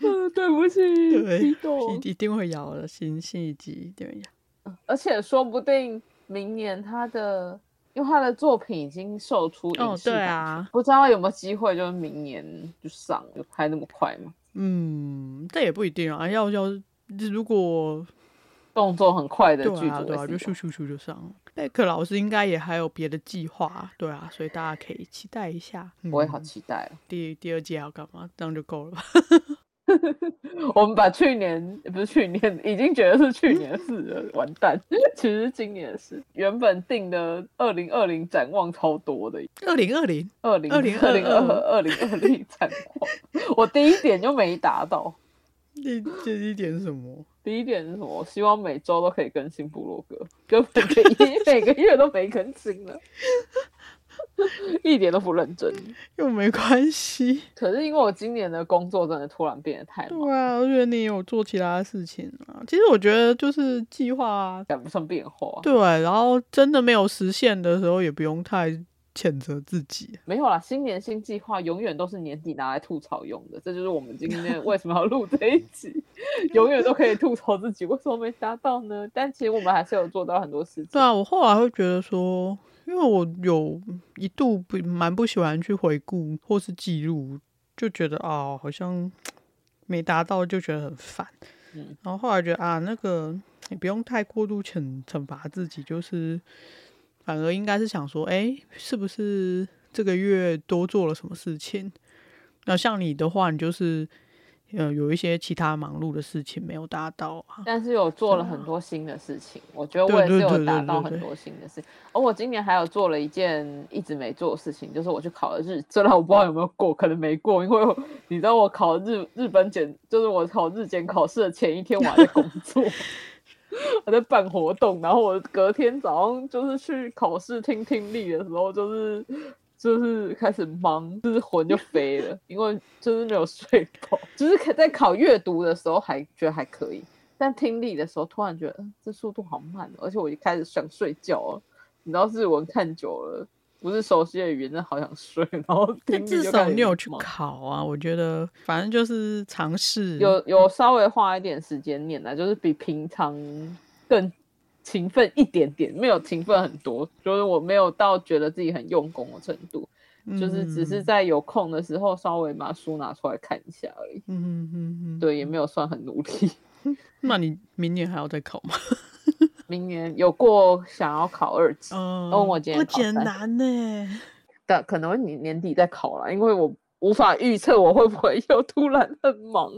Speaker 2: 呃 对不 起，
Speaker 1: 对，
Speaker 2: B 董。
Speaker 1: 一一定会邀的，新新一集一定会邀，
Speaker 2: 而且说不定明年他的，因为他的作品已经售出影视版，
Speaker 1: 啊，
Speaker 2: 不知道有没有机会，就是明年就上，有拍那么快吗？
Speaker 1: 嗯，这也不一定啊，要要如果
Speaker 2: 动作很快的
Speaker 1: 对
Speaker 2: 剧
Speaker 1: 啊
Speaker 2: 组
Speaker 1: 对啊，
Speaker 2: 会
Speaker 1: 就
Speaker 2: 喜欢
Speaker 1: 咻咻咻就上了。贝克老师应该也还有别的计划，对啊，所以大家可以期待一下。嗯、
Speaker 2: 我也好期待哦。
Speaker 1: 第第二季要干嘛？这样就够了吧？
Speaker 2: 我们把去年不是去年，已经觉得是去年的事了，完蛋， 其实是今年的事。原本定的二零二零展望超多的，
Speaker 1: 二零二零。
Speaker 2: 二零二零二二零二零展望， 我第一点就没达到。
Speaker 1: 这这一点是什么？
Speaker 2: 第一点是什么？我希望每周都可以更新部落格，根本每一每个月都没更新 了，一点都不认真。
Speaker 1: 又没关系。
Speaker 2: 可是因为我今年的工作真的突然变得太忙，
Speaker 1: 对啊，我觉得你有做其他的事情啊。其实我觉得就是计划啊，
Speaker 2: 赶不上变化。
Speaker 1: 对，然后真的没有实现的时候，也不用太谴责自己。啊
Speaker 2: 没有啦，新年新计划永远都是年底拿来吐槽用的，这就是我们今天为什么要录这一 集，永远都可以吐槽自己为什么没达到呢？但其实我们还是有做到很多事情。
Speaker 1: 对啊，我后来会觉得说，因为我有一度不蛮不喜欢去回顾或是记录，就觉得哦，好像没达到就觉得很烦。
Speaker 2: 嗯
Speaker 1: 然后后来觉得啊，那个也不用太过度惩惩罚自己，就是反而应该是想说，哎，是不是这个月多做了什么事情？那像你的话，你就是呃有一些其他忙碌的事情没有达到啊。
Speaker 2: 但是有做了很多新的事情，我觉得我也
Speaker 1: 对
Speaker 2: 是
Speaker 1: 对
Speaker 2: 有
Speaker 1: 对
Speaker 2: 达
Speaker 1: 对
Speaker 2: 到
Speaker 1: 对
Speaker 2: 很
Speaker 1: 对
Speaker 2: 多新的事。而我今年还有做了一件一直没做的事情，就是我去考了日，虽然我不知道有没有过，可能没过，因为我你知道我考日日本检，就是我考日检考试的前一天我还在工作，我在办活动，然后我隔天早上就是去考试听听力的时候，就是就是开始忙，就是魂就飞了，因为就是没有睡饱，就是可在考阅读的时候还觉得还可以，但听力的时候突然觉得，嗯，这速度好慢哦，而且我就开始想睡觉了。你知道日文看久了，不是熟悉的语言，真的好想睡，然后
Speaker 1: 但
Speaker 2: 听力
Speaker 1: 至
Speaker 2: 就开
Speaker 1: 少
Speaker 2: 始
Speaker 1: 你有去
Speaker 2: 忙
Speaker 1: 考啊，我觉得反正就是尝试。
Speaker 2: 有有稍微花一点时间念啦，就是比平常更勤奋一点点，没有勤奋很多，就是我没有到觉得自己很用功的程度，
Speaker 1: 嗯
Speaker 2: 就是只是在有空的时候稍微把书拿出来看一下而已。
Speaker 1: 嗯嗯嗯嗯，
Speaker 2: 对，也没有算很努力。
Speaker 1: 那你明年还要再考吗？
Speaker 2: 明年有过想要考二级，
Speaker 1: 嗯
Speaker 2: 哦我今
Speaker 1: 不
Speaker 2: 年考
Speaker 1: 简
Speaker 2: 三
Speaker 1: 单呢、
Speaker 2: 但可能年年底再考啦，因为我无法预测我会不会又突然很忙。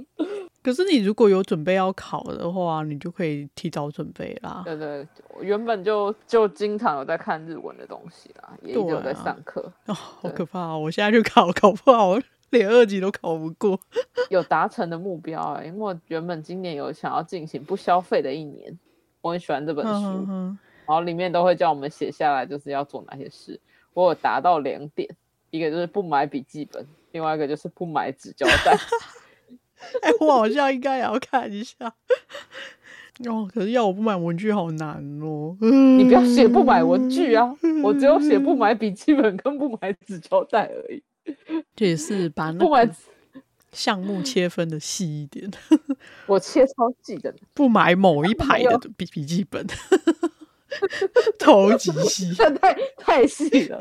Speaker 1: 可是你如果有准备要考的话，你就可以提早准备啦。
Speaker 2: 对对，我原本就就经常有在看日文的东西啦，也一直有
Speaker 1: 对
Speaker 2: 在
Speaker 1: 啊
Speaker 2: 上课。
Speaker 1: 哦，好
Speaker 2: 对
Speaker 1: 可怕、哦！我现在去考，考不好连二级都考不过。
Speaker 2: 有达成的目标啊、因为我原本今年有想要进行不消费的一年，我很喜欢这本书，
Speaker 1: 嗯嗯
Speaker 2: 然后里面都会叫我们写下来就是要做哪些事。我有达到两点，一个就是不买笔记本，另外一个就是不买纸胶 带。
Speaker 1: 嗯哎，我好像应该也要看一下。哦，可是要我不买文具好难哦。嗯你
Speaker 2: 你不要写不买文具啊，我只有写
Speaker 1: 嗯
Speaker 2: 不买笔记本跟不买纸胶带而已，
Speaker 1: 这也是把那
Speaker 2: 不买
Speaker 1: 个
Speaker 2: 纸
Speaker 1: 项目切分的细一点，
Speaker 2: 我切超细的，
Speaker 1: 不买某一排的笔笔记本， 头级细。
Speaker 2: 这太太 细了。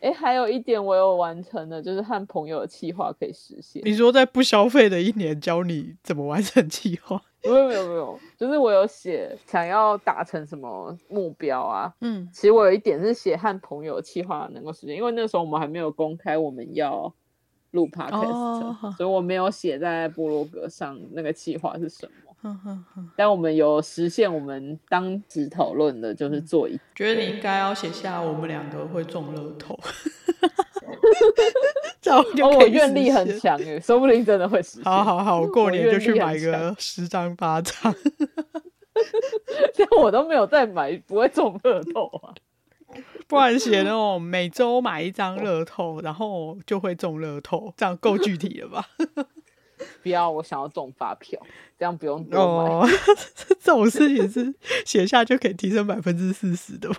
Speaker 2: 哎，还有一点我有完成的，就是和朋友的计划可以实现。
Speaker 1: 你说在不消费的一年教你怎么完成计划？
Speaker 2: 没有没有没有，就是我有写想要达成什么目标啊。
Speaker 1: 嗯
Speaker 2: 其实我有一点是写和朋友计划能够实现，因为那时候我们还没有公开我们要录 podcast，、
Speaker 1: 哦
Speaker 2: 所以我没有写在部落格上那个计划是什么。
Speaker 1: 哼哼哼，
Speaker 2: 但我们有实现我们当时讨论的，就是做一
Speaker 1: 觉得你应该要写下我们两个会中乐 透。这样我 就
Speaker 2: 哦，
Speaker 1: 可
Speaker 2: 我
Speaker 1: 以
Speaker 2: 愿
Speaker 1: 实
Speaker 2: 力很
Speaker 1: 现。
Speaker 2: 强诶，说不定真的会实现。
Speaker 1: 好好好，我过
Speaker 2: 我
Speaker 1: 年
Speaker 2: 愿
Speaker 1: 就去
Speaker 2: 力
Speaker 1: 买
Speaker 2: 很
Speaker 1: 个
Speaker 2: 强
Speaker 1: 十张八张。
Speaker 2: 但我都没有再买，不会中乐透啊。
Speaker 1: 不然写那种每周买一张乐透，然后就会中乐透，这样够具体了吧？
Speaker 2: 不要，我想要中发票，这样不用多买。
Speaker 1: 哦， 这种事情是写下就可以提升百分之四十 的吗？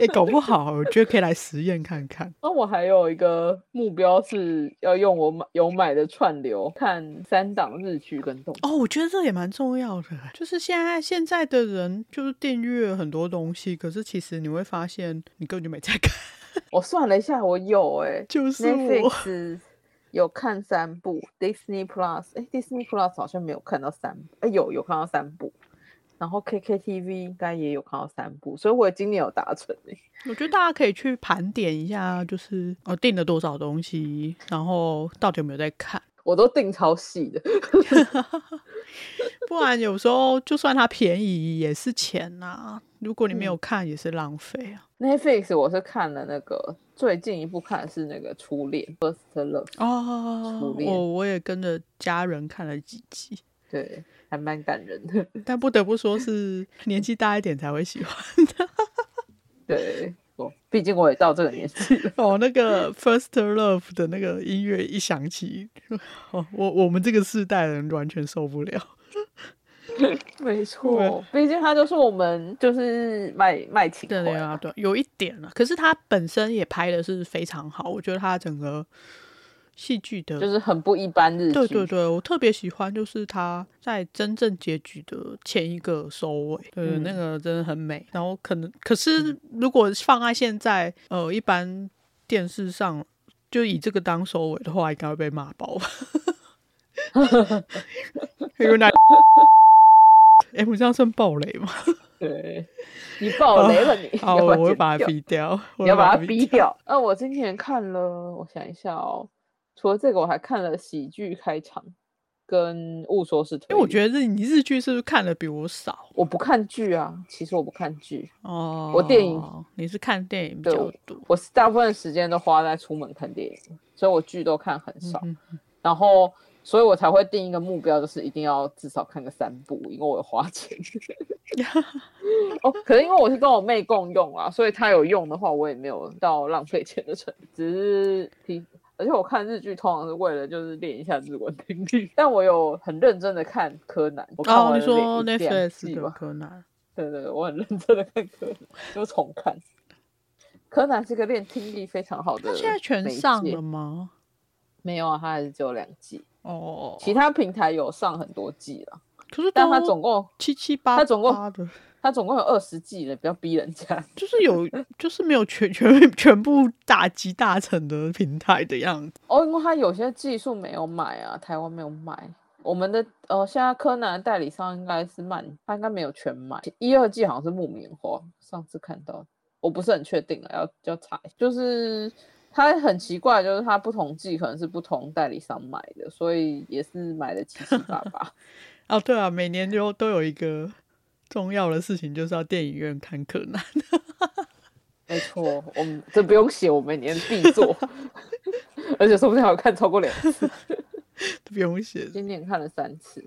Speaker 1: 哎、搞不好我觉得可以来实验看看。
Speaker 2: 那我还有一个目标是要用我买有买的串流看三档日剧跟动漫。
Speaker 1: 哦，我觉得这也蛮重要的，就是现在现在的人就是订阅很多东西，可是其实你会发现你根本就没在看，
Speaker 2: 我算了一下，我有哎、
Speaker 1: 就是我
Speaker 2: Netflix 有看三部，Disney Plus 哎、d i s n e y Plus 好像没有看到三部，哎、有有看到三部，然后 KKTV 应该也有看到三部，所以我今年有达成哎、
Speaker 1: 我觉得大家可以去盘点一下，就是我订了多少东西，然后到底有没有在看。
Speaker 2: 我都订超细的，
Speaker 1: 不然有时候就算它便宜也是钱呐、如果你没有看，也是浪费啊。
Speaker 2: Netflix 我是看了那个最近一部看的是那个初恋 First Love，
Speaker 1: 哦
Speaker 2: 初，恋
Speaker 1: 我我也跟着家人看了几集，
Speaker 2: 对，还蛮感人的。
Speaker 1: 但不得不说是年纪大一点才会喜 欢
Speaker 2: 对，我毕竟我也到这个年纪 了。
Speaker 1: 哦。那个 First Love 的那个音乐一响起，哦，我我们这个世代人完全受不了。
Speaker 2: 没错，毕竟他就是我们就是卖卖情怀
Speaker 1: 对对啊，对，有一点了。可是他本身也拍的是非常好，我觉得他整个戏剧的
Speaker 2: 就是很不一般日剧。
Speaker 1: 对对对，我特别喜欢就是他在真正结局的前一个收尾，对、
Speaker 2: 嗯
Speaker 1: 那个真的很美。然后可能可是如果放在现在，呃，一般电视上就以这个当收尾的话，应该会被骂爆 吧。因为那，哎，我这样算暴雷 吗？
Speaker 2: 对，你爆雷了你， 你
Speaker 1: 啊好，
Speaker 2: 要
Speaker 1: 我会
Speaker 2: 啊剪
Speaker 1: 把它
Speaker 2: 掉
Speaker 1: 逼掉，我
Speaker 2: 你要
Speaker 1: 会
Speaker 2: 把它
Speaker 1: 它
Speaker 2: 逼掉。呃，我今年看了，我想一下哦，除了这个，我还看了喜剧开场跟误说是推理，
Speaker 1: 因为我觉得日你日剧是不是看的比我少
Speaker 2: 我不看剧啊，其实我不看剧，
Speaker 1: 哦？
Speaker 2: 电影
Speaker 1: 你是看电影比
Speaker 2: 对
Speaker 1: 较
Speaker 2: 我
Speaker 1: 多，
Speaker 2: 我是大部分时间都花在出门看电影，所以我剧都看很少。
Speaker 1: 嗯
Speaker 2: 然后，所以我才会定一个目标，就是一定要至少看个三部，因为我有花 钱。哦，可是因为我是跟我妹共用啊，所以她有用的话，我也没有到浪费钱的程度，只是提。而且我看日剧通常是为了就是练一下日文听力，但我有很认真的看柯南，我看
Speaker 1: 哦，
Speaker 2: 完
Speaker 1: 你
Speaker 2: 了
Speaker 1: 说
Speaker 2: 两两
Speaker 1: Netflix
Speaker 2: 季
Speaker 1: 的
Speaker 2: 吧，
Speaker 1: 柯南，
Speaker 2: 对对对，我很认真的看柯南，就重看。柯南是个练听力非常好的
Speaker 1: 它
Speaker 2: 媒介，
Speaker 1: 现在全上了吗？
Speaker 2: 没有啊？它还是只有两季，
Speaker 1: 哦，
Speaker 2: 其他平台有上很多季了，
Speaker 1: 可是
Speaker 2: 但它
Speaker 1: 都
Speaker 2: 总共
Speaker 1: 七七八，
Speaker 2: 它总共
Speaker 1: 的，
Speaker 2: 它总共有二十季了，不要逼人家。
Speaker 1: 就是有就是没有全全 全部大集大成的平台的样子。
Speaker 2: 哦，因为它有些技术没有买啊，台湾没有买。我们的呃，现在柯南的代理商应该是曼，他应该没有全买，一二季好像是木棉花，上次看到，我不是很确定了，啊要要查一下。就是它很奇怪，就是它不同季可能是不同代理商买的，所以也是买的七七八八。
Speaker 1: 哦，对啊，每年就都有一个重要的事情，就是要电影院看柯南。
Speaker 2: 没错，我们这不用写，我每年必做， 而且说不定还有看超过两次。
Speaker 1: 不用写，
Speaker 2: 今年看了三次，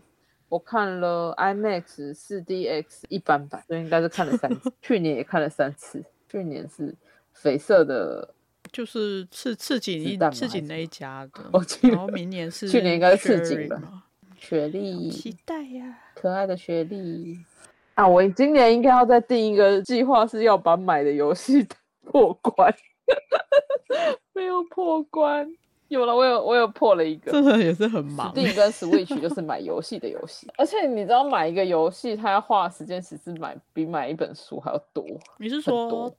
Speaker 2: 我看了 IMAX 四 DX 一般版，所以应该是看了三次。去年也看了三次，去年是绯色的，
Speaker 1: 就是赤赤井
Speaker 2: 子
Speaker 1: 一
Speaker 2: 弹吗
Speaker 1: 赤
Speaker 2: 还是
Speaker 1: 井那一家的
Speaker 2: 我，记
Speaker 1: 然
Speaker 2: 得
Speaker 1: 后明年是
Speaker 2: 去年应该是赤井
Speaker 1: Sherry
Speaker 2: 吧嗯
Speaker 1: 嘛，
Speaker 2: 雪
Speaker 1: 期
Speaker 2: 莉，
Speaker 1: 待呀、
Speaker 2: 可爱的雪莉啊！我今年应该要再定一个计划，是要 把买的游戏破关，没有破关。有了，我有我有破了一个。
Speaker 1: 这个也是很忙。
Speaker 2: Steam 跟 Switch 就是买游戏的游戏，而且你知道买一个游戏，它要花的时间其实买比买一本书还要多。
Speaker 1: 你是
Speaker 2: 很
Speaker 1: 说
Speaker 2: 多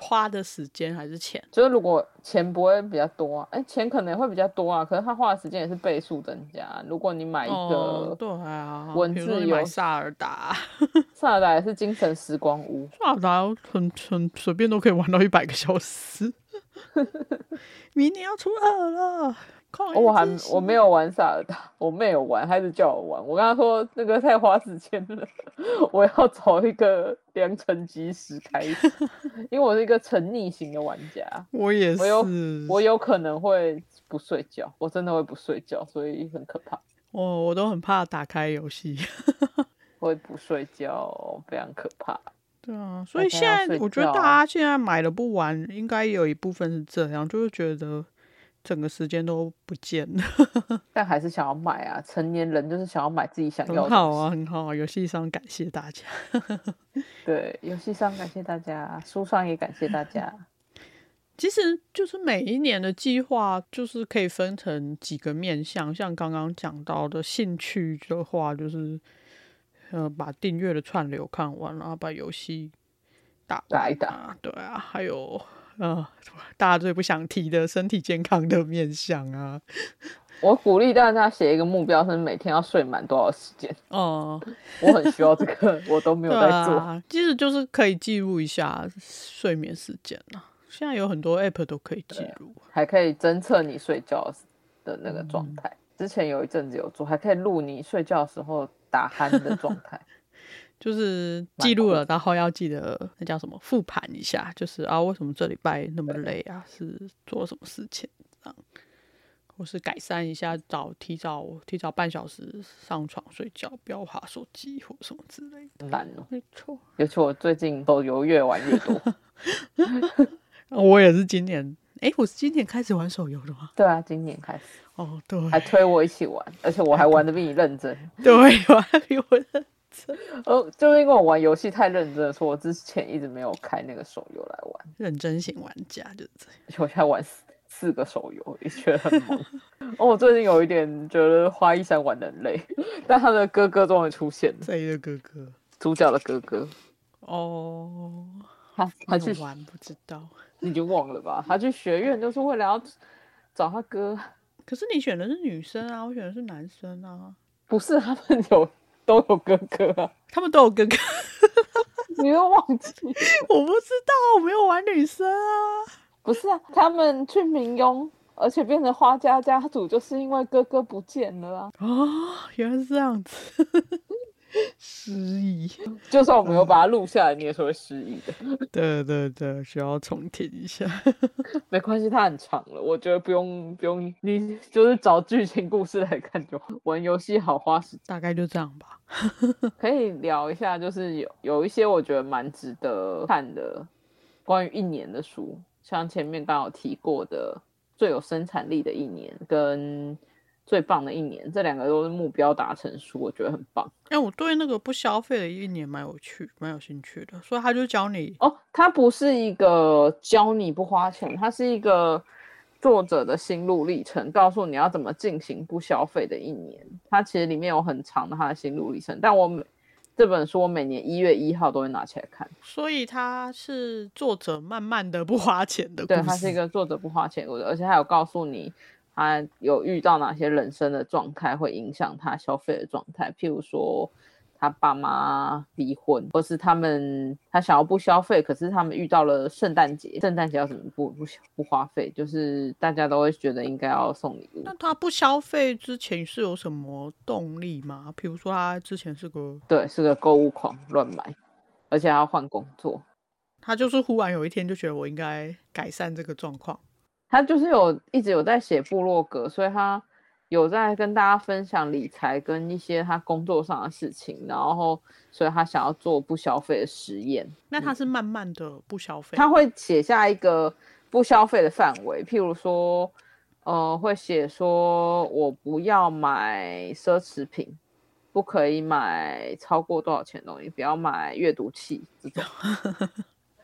Speaker 1: 花的时间还是钱？
Speaker 2: 就是如果钱不会比较多啊，哎、钱可能会比较多啊，可是它花的时间也是倍数增加。啊如果你买一
Speaker 1: 哦
Speaker 2: 个，
Speaker 1: 对啊，
Speaker 2: 文
Speaker 1: 比如说
Speaker 2: 字
Speaker 1: 你买
Speaker 2: 游
Speaker 1: 萨尔达，
Speaker 2: 萨尔达也是精神时光屋，
Speaker 1: 萨尔达很很随便都可以玩到一百个小时。明年要出二了，旷
Speaker 2: 哦、我还
Speaker 1: 野之
Speaker 2: 我
Speaker 1: 息
Speaker 2: 没有玩萨尔达，我妹有玩，她一直叫我玩。我跟她说那个太花时间了， 我要找一个良辰吉时开始，因为我是一个沉溺型的玩家，
Speaker 1: 我也
Speaker 2: 我有
Speaker 1: 是，
Speaker 2: 我有可能会不睡觉，我真的会不睡觉，所以很可怕。
Speaker 1: 哦我我都很怕打开游戏。
Speaker 2: 会不睡觉，非常可怕。
Speaker 1: 对啊，所
Speaker 2: 大
Speaker 1: 以
Speaker 2: 家
Speaker 1: 现
Speaker 2: 要
Speaker 1: 在
Speaker 2: 睡
Speaker 1: 我觉得
Speaker 2: 觉
Speaker 1: 大家
Speaker 2: 啊
Speaker 1: 现在买了不玩，应该有一部分是这样，就是觉得整个时间都不见了，
Speaker 2: 但还是想要买啊，成年人就是想要买自己想
Speaker 1: 很
Speaker 2: 要的。
Speaker 1: 好啊，。很好啊。游戏商感谢大家，
Speaker 2: 对，游戏上感谢大家，书上也感谢大家。
Speaker 1: 其实就是每一年的计划，就是可以分成几个面向，像刚刚讲到的兴趣的话，就是呃把订阅的串流看完，然后把游戏打完
Speaker 2: 打一打
Speaker 1: 啊，对啊，还有呃大家最不想提的身体健康的面向啊，
Speaker 2: 我鼓励大家写一个目标，是每天要睡满多少时间。
Speaker 1: 哦、
Speaker 2: 我很需要这个，我都没
Speaker 1: 对
Speaker 2: 有在做。
Speaker 1: 啊，其实就是可以记录一下睡眠时间啊。现在有很多 app 都可以记
Speaker 2: 啊
Speaker 1: 录，
Speaker 2: 还可以侦测你睡觉的那个
Speaker 1: 嗯
Speaker 2: 状态。之前有一阵子有做，还可以录你睡觉的时候打鼾的状态。
Speaker 1: 就是
Speaker 2: 蛮
Speaker 1: 记录
Speaker 2: 酷
Speaker 1: 了，然后要记得那叫什么复盘一下，就是啊，为什么这礼拜那么累啊？是做什么事情这样？或是改善一下，早提早提早半小时上床睡觉，不要划手机或什么之类的。
Speaker 2: 很难哦，
Speaker 1: 没错，
Speaker 2: 尤其我最近手游越玩越多。
Speaker 1: 啊我也是今年，诶，我是今年开始玩手游的吗？
Speaker 2: 对啊，今年开始
Speaker 1: 哦，对，
Speaker 2: 还推我一起玩，而且我还玩的比你认真。
Speaker 1: 对，我还比我的
Speaker 2: 呃，就是因为我玩游戏太认真了，所以我之前一直没有开那个手游来玩，
Speaker 1: 认真型玩家就是这样。
Speaker 2: 而且我现在玩四四个手游，也觉得很猛。哦，我最近有一点觉得花衣山玩的很累，但他的哥哥终于出现了，
Speaker 1: 谁的哥哥？
Speaker 2: 主角的哥哥，
Speaker 1: 哦，
Speaker 2: 他他去
Speaker 1: 没有玩不知道。
Speaker 2: 你就忘了吧？他去学院就是为了要找他哥，
Speaker 1: 可是你选的是女生啊，我选的是男生啊，
Speaker 2: 不是他们有都有哥哥啊，
Speaker 1: 他们都有哥哥，
Speaker 2: 你又忘记？
Speaker 1: 我不知道，我没有玩女生啊。
Speaker 2: 不是啊，他们去明庸，而且变成花家家主，就是因为哥哥不见了啊。
Speaker 1: 哦，原来是这样子，失忆。
Speaker 2: 就算我没有把它录下来，你也是会失忆的。
Speaker 1: 对对对，需要重听一下。
Speaker 2: 没关系，它很长了，我觉得不用不用，你就是找剧情故事来看就好。玩游戏好花时间，
Speaker 1: 大概就这样吧。
Speaker 2: 可以聊一下，就是有有一些我觉得蛮值得看的，关于一年的书，像前面刚好提过的《最有生产力的一年》跟《最棒的一年》，这两个都是目标达成书，我觉得很棒。
Speaker 1: 哎、我对那个不消费的一年蛮有趣，蛮有兴趣的，所以他就教你
Speaker 2: 哦，它不是一个教你不花钱，它是一个作者的心路历程，告诉你要怎么进行不消费的一年。它其实里面有很长的他的心路历程，但我每这本书我每年一月一号都会拿起来看。
Speaker 1: 所以他是作者慢慢的不花钱的故
Speaker 2: 对，
Speaker 1: 事。
Speaker 2: 它是一个作者不花钱的，而且还有告诉你他有遇到哪些人生的状态会影响他消费的状态，譬如说他爸妈离婚，或是他们他想要不消费，可是他们遇到了圣诞节，圣诞节要怎么不不不花费？就是大家都会觉得应该要送礼物
Speaker 1: 那。他不消费之前是有什么动力吗？比如说他之前是个，
Speaker 2: 对，是个购物狂，乱买，而且还要换工作。
Speaker 1: 他就是忽然有一天就觉得我应该改善这个状况。
Speaker 2: 他就是有一直有在写部落格，所以他有在跟大家分享理财跟一些他工作上的事情，然后所以他想要做不消费的实验，
Speaker 1: 那他是慢慢的不消费，
Speaker 2: 嗯他会写下一个不消费的范围，譬如说，呃，会写说我不要买奢侈品，不可以买超过多少钱的东西，不要买阅读器这种，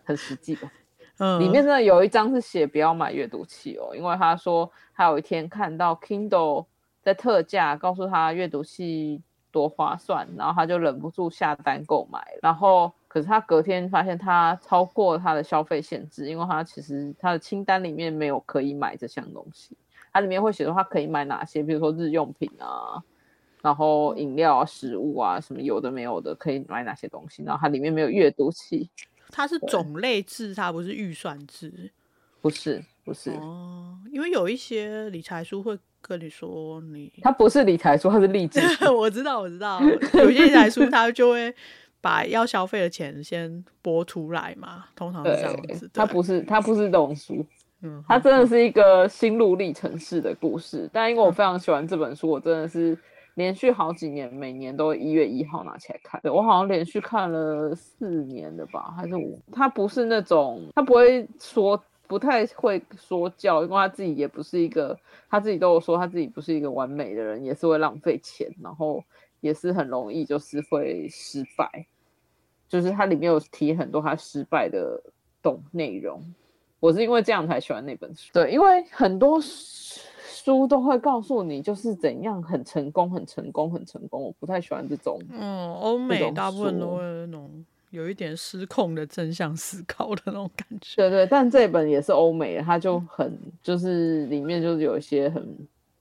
Speaker 2: 很实际吧。
Speaker 1: 嗯，
Speaker 2: 里面真的有一张是写不要买阅读器哦，因为他说他有一天看到 Kindle 在特价，告诉他阅读器多划算，然后他就忍不住下单购买。然后可是他隔天发现他超过他的消费限制，因为他其实他的清单里面没有可以买这项东西，它里面会写说他可以买哪些，比如说日用品啊。然后饮料啊、食物啊，什么有的没有的，可以买哪些东西？然后它里面没有阅读器，
Speaker 1: 它是种类制，它不是预算制
Speaker 2: 不是，不是，
Speaker 1: 哦。因为有一些理财书会跟你说你，
Speaker 2: 它不是理财书，它是励志书。
Speaker 1: 我知道，我知道，有一些理财书它就会把要消费的钱先拨出来嘛，通常是 这样
Speaker 2: 对
Speaker 1: 子，
Speaker 2: 它
Speaker 1: 的。
Speaker 2: 不是，它不是这种书，
Speaker 1: 嗯，
Speaker 2: 它真的是一个心路历程式的故事。但因为我非常喜欢这本书，我真的是连续好几年，每年都一月一号拿起来看。对我好像连续看了四年的吧，还是五。它不是那种，它不会说。不太会说教，因为他自己也不是一个，他自己都有说他自己不是一个完美的人，也是会浪费钱，然后也是很容易就是会失败。就是它里面有提很多他失败的懂内容。我是因为这样才喜欢那本书。对，因为很多书书都会告诉你，就是怎样很成功、很成功、很成功。我不太喜欢这种。
Speaker 1: 嗯，欧美
Speaker 2: 种
Speaker 1: 大部分都
Speaker 2: 书
Speaker 1: 会有那种有一点失控的正向思考的那种感觉。
Speaker 2: 对对，但这本也是欧美的，它就很就是里面就是有一些很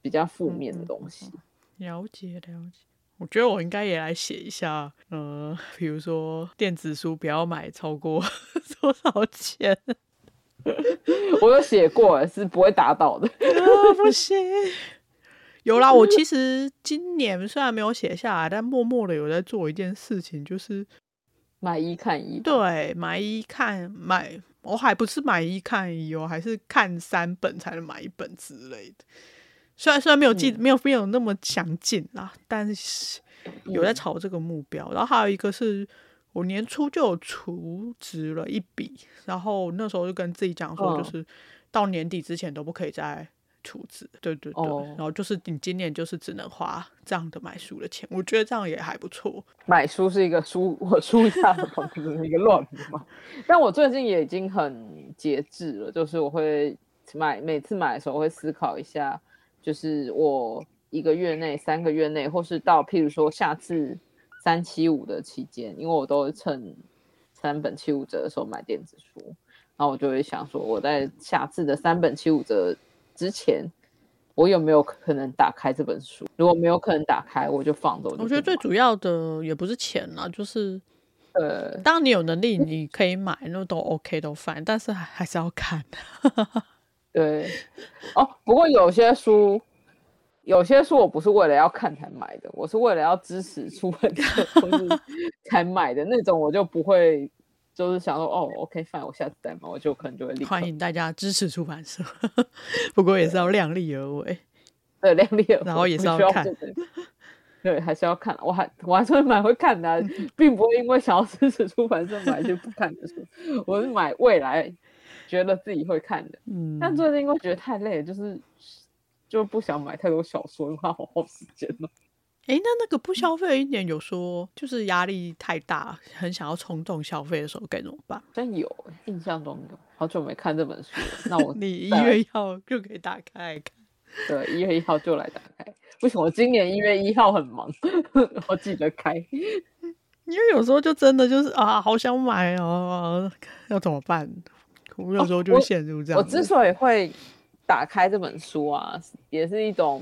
Speaker 2: 比较负面的东西。
Speaker 1: 了解了解，我觉得我应该也来写一下，呃， 比如说电子书不要买超过 多少钱，
Speaker 2: 我有写过，是不会打倒的。
Speaker 1: 啊不行。 有啦，我其实今年虽然没有写下来，但默默的有在做一件事情，就是
Speaker 2: 买一看一，
Speaker 1: 对买一看买，我还不是买一看一哦，还是看三本才能买一本之类的。虽然虽然没有记、没有没有那么详尽啦，但是有在朝这个目标。然后还有一个是我年初就有储值了一笔，然后那时候就跟自己讲说，
Speaker 2: 嗯
Speaker 1: 就是到年底之前都不可以再储值。对对对，
Speaker 2: 哦
Speaker 1: 然后就是你今年就是只能花这样的买书的钱，我觉得这样也还不错。
Speaker 2: 买书是一个书，我书架的房子是一个乱 码。但我最近也已经很节制了，就是我会买每次买的时候会思考一下，就是我一个月内、三个月内，或是到譬如说下次三七五的期间，因为我都趁三本七五折的时候买电子书，然后我就会想说，我在下次的三本七五折之前。我有没有可能打开这本书？如果没有可能打开，我就放着。就
Speaker 1: 我觉得
Speaker 2: 不买
Speaker 1: 最主要的也不是钱啦，就是
Speaker 2: 呃，
Speaker 1: 当你有能力，你可以买，那都 OK 都 fine，但是还还是要看。
Speaker 2: 对，哦，不过有些书，有些书我不是为了要看才买的，我是为了要支持出版社或 是才买的那种，我就不会就是想说哦，OK fine，我下次再买，我就可能就会立刻
Speaker 1: 欢迎大家支持出版社， 不过也是要量力而为。
Speaker 2: 对量力而为，
Speaker 1: 然后也
Speaker 2: 不
Speaker 1: 是要
Speaker 2: 需要
Speaker 1: 看
Speaker 2: 做这个。对，还是要看，我还我还是会买会看 的啊、并不会因为想要支持出版社买就不看的书，我是买未来觉得自己会看的。
Speaker 1: 嗯，
Speaker 2: 但最近因为觉得太累了，就是就不想买太多小说，因为它好耗时间哦了。
Speaker 1: 诶，那那个不消费一点，有说就是压力太大，很想要冲动消费的时候该怎么办？
Speaker 2: 真有欸，印象中有，好久没看这本书了。那 我
Speaker 1: 你一
Speaker 2: 再来
Speaker 1: 月一号就可以打开来看。
Speaker 2: 对一月一号就来打开。为什么今年一月一号很忙？ 我记得开。
Speaker 1: 因为有时候就真的就是啊，好想买哦，要怎么办？我有时候就会
Speaker 2: 哦我
Speaker 1: 陷入这样
Speaker 2: 我
Speaker 1: 子。
Speaker 2: 之所以会打开这本书啊，也是一种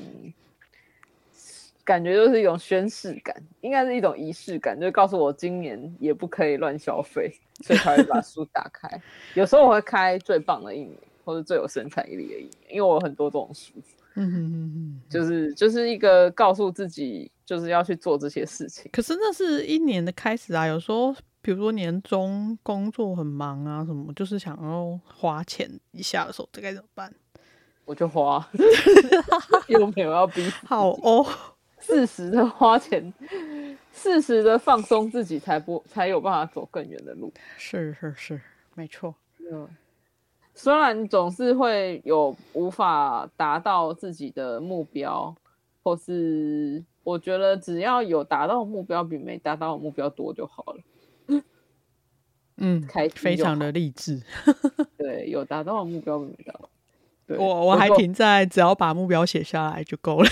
Speaker 2: 感觉，就是一种宣誓感，应该是一种仪式感，就是告诉我今年也不可以乱消费，所以才会把书打开。有时候我会开最棒的一年，或者最有生产力的一年，因为我有很多这种书，
Speaker 1: 嗯哼哼哼
Speaker 2: 就是就是一个告诉自己就是要去做这些事情。
Speaker 1: 可是那是一年的开始啊，有时候比如说年终工作很忙啊，什么就是想要花钱一下的时候，这该怎么办？
Speaker 2: 我就花， 又没有要逼死
Speaker 1: 好哦，
Speaker 2: 适时的花钱，适时的放松自己，才不才有办法走更远的路。
Speaker 1: 是是是，没错，
Speaker 2: 嗯，虽然总是会有无法达到自己的目标，或是我觉得只要有达到目标，比没达到目标多就好了。
Speaker 1: 嗯，
Speaker 2: 开心
Speaker 1: 非
Speaker 2: 就
Speaker 1: 常
Speaker 2: 好
Speaker 1: 的励志。
Speaker 2: 对，有达到目标没达到。对
Speaker 1: 我我还
Speaker 2: 够
Speaker 1: 停在只要把目标写下来就够了。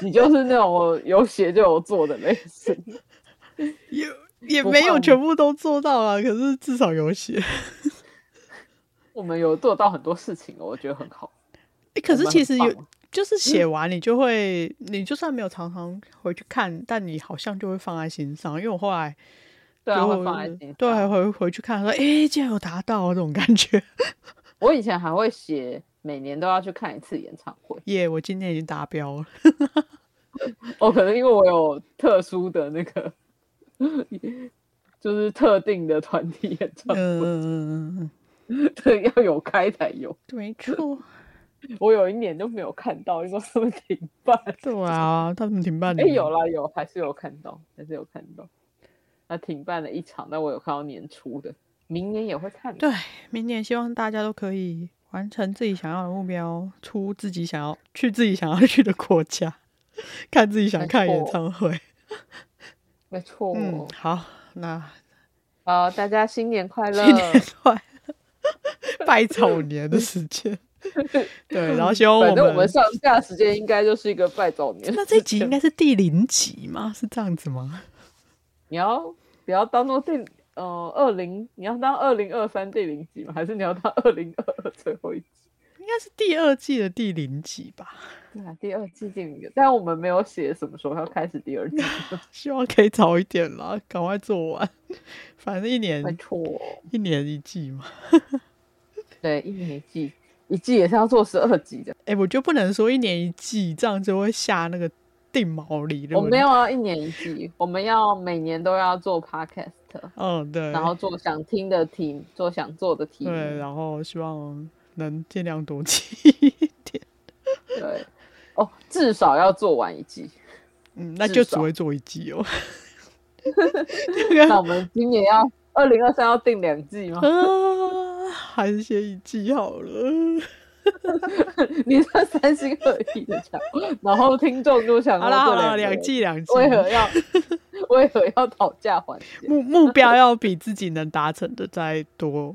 Speaker 2: 你就是那种有写就有做的类型。
Speaker 1: 也也
Speaker 2: 不
Speaker 1: 没
Speaker 2: 会
Speaker 1: 有
Speaker 2: 我
Speaker 1: 全部都做到啊，可是至少有写。
Speaker 2: 我们有做到很多事情哦，我觉得很好。
Speaker 1: 欸可
Speaker 2: 我
Speaker 1: 是
Speaker 2: 们
Speaker 1: 其
Speaker 2: 很
Speaker 1: 实
Speaker 2: 棒
Speaker 1: 有，就是写完你就会，你就算没有常常回去看，但你好像就会放在心上。因为我后来
Speaker 2: 对啊，
Speaker 1: 就
Speaker 2: 会放在心上。
Speaker 1: 对，回回去看说，诶，竟然有达到这种感觉。
Speaker 2: 我以前还会写，每年都要去看一次演唱会。
Speaker 1: 耶、我今天已经达标了。
Speaker 2: 哦，可能因为我有特殊的那个， 就是特定的团体演唱
Speaker 1: 嗯嗯
Speaker 2: 会，
Speaker 1: 嗯嗯嗯，
Speaker 2: 对，要有开才有。
Speaker 1: 嗯没错，
Speaker 2: 我有一年就没有看到，你说是不是停办？
Speaker 1: 对啊，他们停办
Speaker 2: 哎、
Speaker 1: 了。
Speaker 2: 有啦，有，还是有看到，还是有看到。那停办了一场，但我有看到年初的，明年也会看。
Speaker 1: 对，明年希望大家都可以完成自己想要的目标，出自己想要去自己想要去的国家， 看自己想
Speaker 2: 没
Speaker 1: 看演
Speaker 2: 错
Speaker 1: 唱会。
Speaker 2: 没错。
Speaker 1: 嗯，好，那
Speaker 2: 好，大家新年快乐！
Speaker 1: 新年快乐， 拜早年的时 间。对，然后希望
Speaker 2: 反正我
Speaker 1: 们。
Speaker 2: 们上架时间应该就是一个拜早年。
Speaker 1: 那这集应该是第零集吗？是这样子吗？
Speaker 2: 你要不要当做第呃二零？你要当二零二三第零集吗？还是你要当二零二二最后一集？
Speaker 1: 应该是第二季的第零集吧。
Speaker 2: 对啊，第二季第零集，但我们没有写什么时候要开始第二季。
Speaker 1: 希望可以早一点啦，赶快做完。 反正一
Speaker 2: 没
Speaker 1: 年
Speaker 2: 错，
Speaker 1: 一年一季嘛。
Speaker 2: 对，一年一季，一季也是要做十二集的。
Speaker 1: 哎、我就不能说一年一季，这样就会下那个定毛理
Speaker 2: 我
Speaker 1: 论。
Speaker 2: 们没有要一年一季，我们要每年都要做 podcast，
Speaker 1: 嗯，对，
Speaker 2: 然后做想听的题，做想做的题目。
Speaker 1: 对，啊然后希望能尽量多期。
Speaker 2: 对，哦，至少要做完一季。
Speaker 1: 嗯，那
Speaker 2: 至
Speaker 1: 就只
Speaker 2: 少
Speaker 1: 会做一季 哦。
Speaker 2: 那我们今年要二零二三要定两季吗？
Speaker 1: 啊，还是先一季好了。
Speaker 2: 你算三心二意的讲， 然后听众就想
Speaker 1: 好啦好
Speaker 2: 说
Speaker 1: 啦，
Speaker 2: 这
Speaker 1: 两
Speaker 2: 个
Speaker 1: 季两季，
Speaker 2: 为何要 为何要讨价还价？
Speaker 1: 目目标要比自己能达成的再多。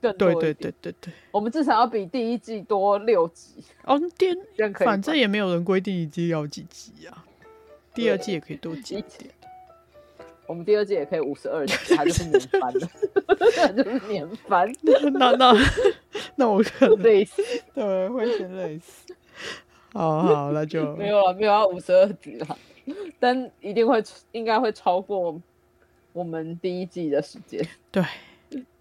Speaker 2: 更
Speaker 1: 对
Speaker 2: 多一
Speaker 1: 对
Speaker 2: 点
Speaker 1: 对，对对。
Speaker 2: 我们至少要比第一季多六集，
Speaker 1: 哦，第
Speaker 2: 这样可以吗。
Speaker 1: 反正也没有人规定一季要几集啊，第二季也可以多几
Speaker 2: 一
Speaker 1: 集。
Speaker 2: 集，我们第二季也可以五十二集，它就是年番了，它就是年番，
Speaker 1: 那那 那我可能
Speaker 2: 类似
Speaker 1: 对会先累死。好好，那就
Speaker 2: 没有了，没有啊要五十二集了，但一定会应该会超过我们第一季的时间
Speaker 1: 对，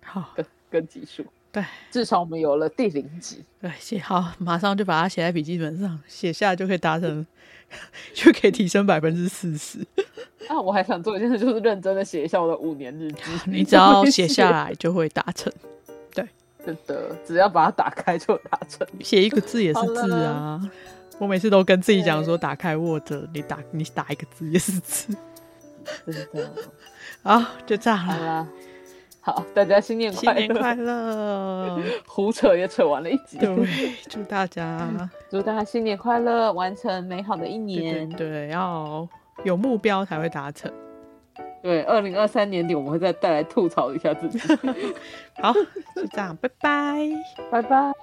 Speaker 1: 好
Speaker 2: 跟跟集数，
Speaker 1: 对
Speaker 2: 至少我们有了第零集。
Speaker 1: 对写好，马上就把它写在笔记本上，写下就可以达成， 就可以提升百分之四十。。
Speaker 2: 啊，我还想做一件事，就是认真的写一下我的五年日记
Speaker 1: 你只要写下，来就会达成，
Speaker 2: 真的，只要把它打开就达 成。
Speaker 1: 写一个字也是字啊。我每次都跟自己讲说，打开 Word，你打你打一个字也是字。
Speaker 2: 真的，
Speaker 1: 好，就这样
Speaker 2: 好
Speaker 1: 了，
Speaker 2: 啦，好，大家新年
Speaker 1: 新
Speaker 2: 快
Speaker 1: 年
Speaker 2: 乐！
Speaker 1: 快乐！
Speaker 2: 胡扯也扯完了一集，
Speaker 1: 对，祝大家
Speaker 2: 祝大家新年快乐，完成美好的一
Speaker 1: 对对
Speaker 2: 年。
Speaker 1: 对要有目标才会达成。
Speaker 2: 对，二零二三年底我们会 再带来吐槽一下自己。
Speaker 1: 好，就这样，拜拜。
Speaker 2: 拜拜。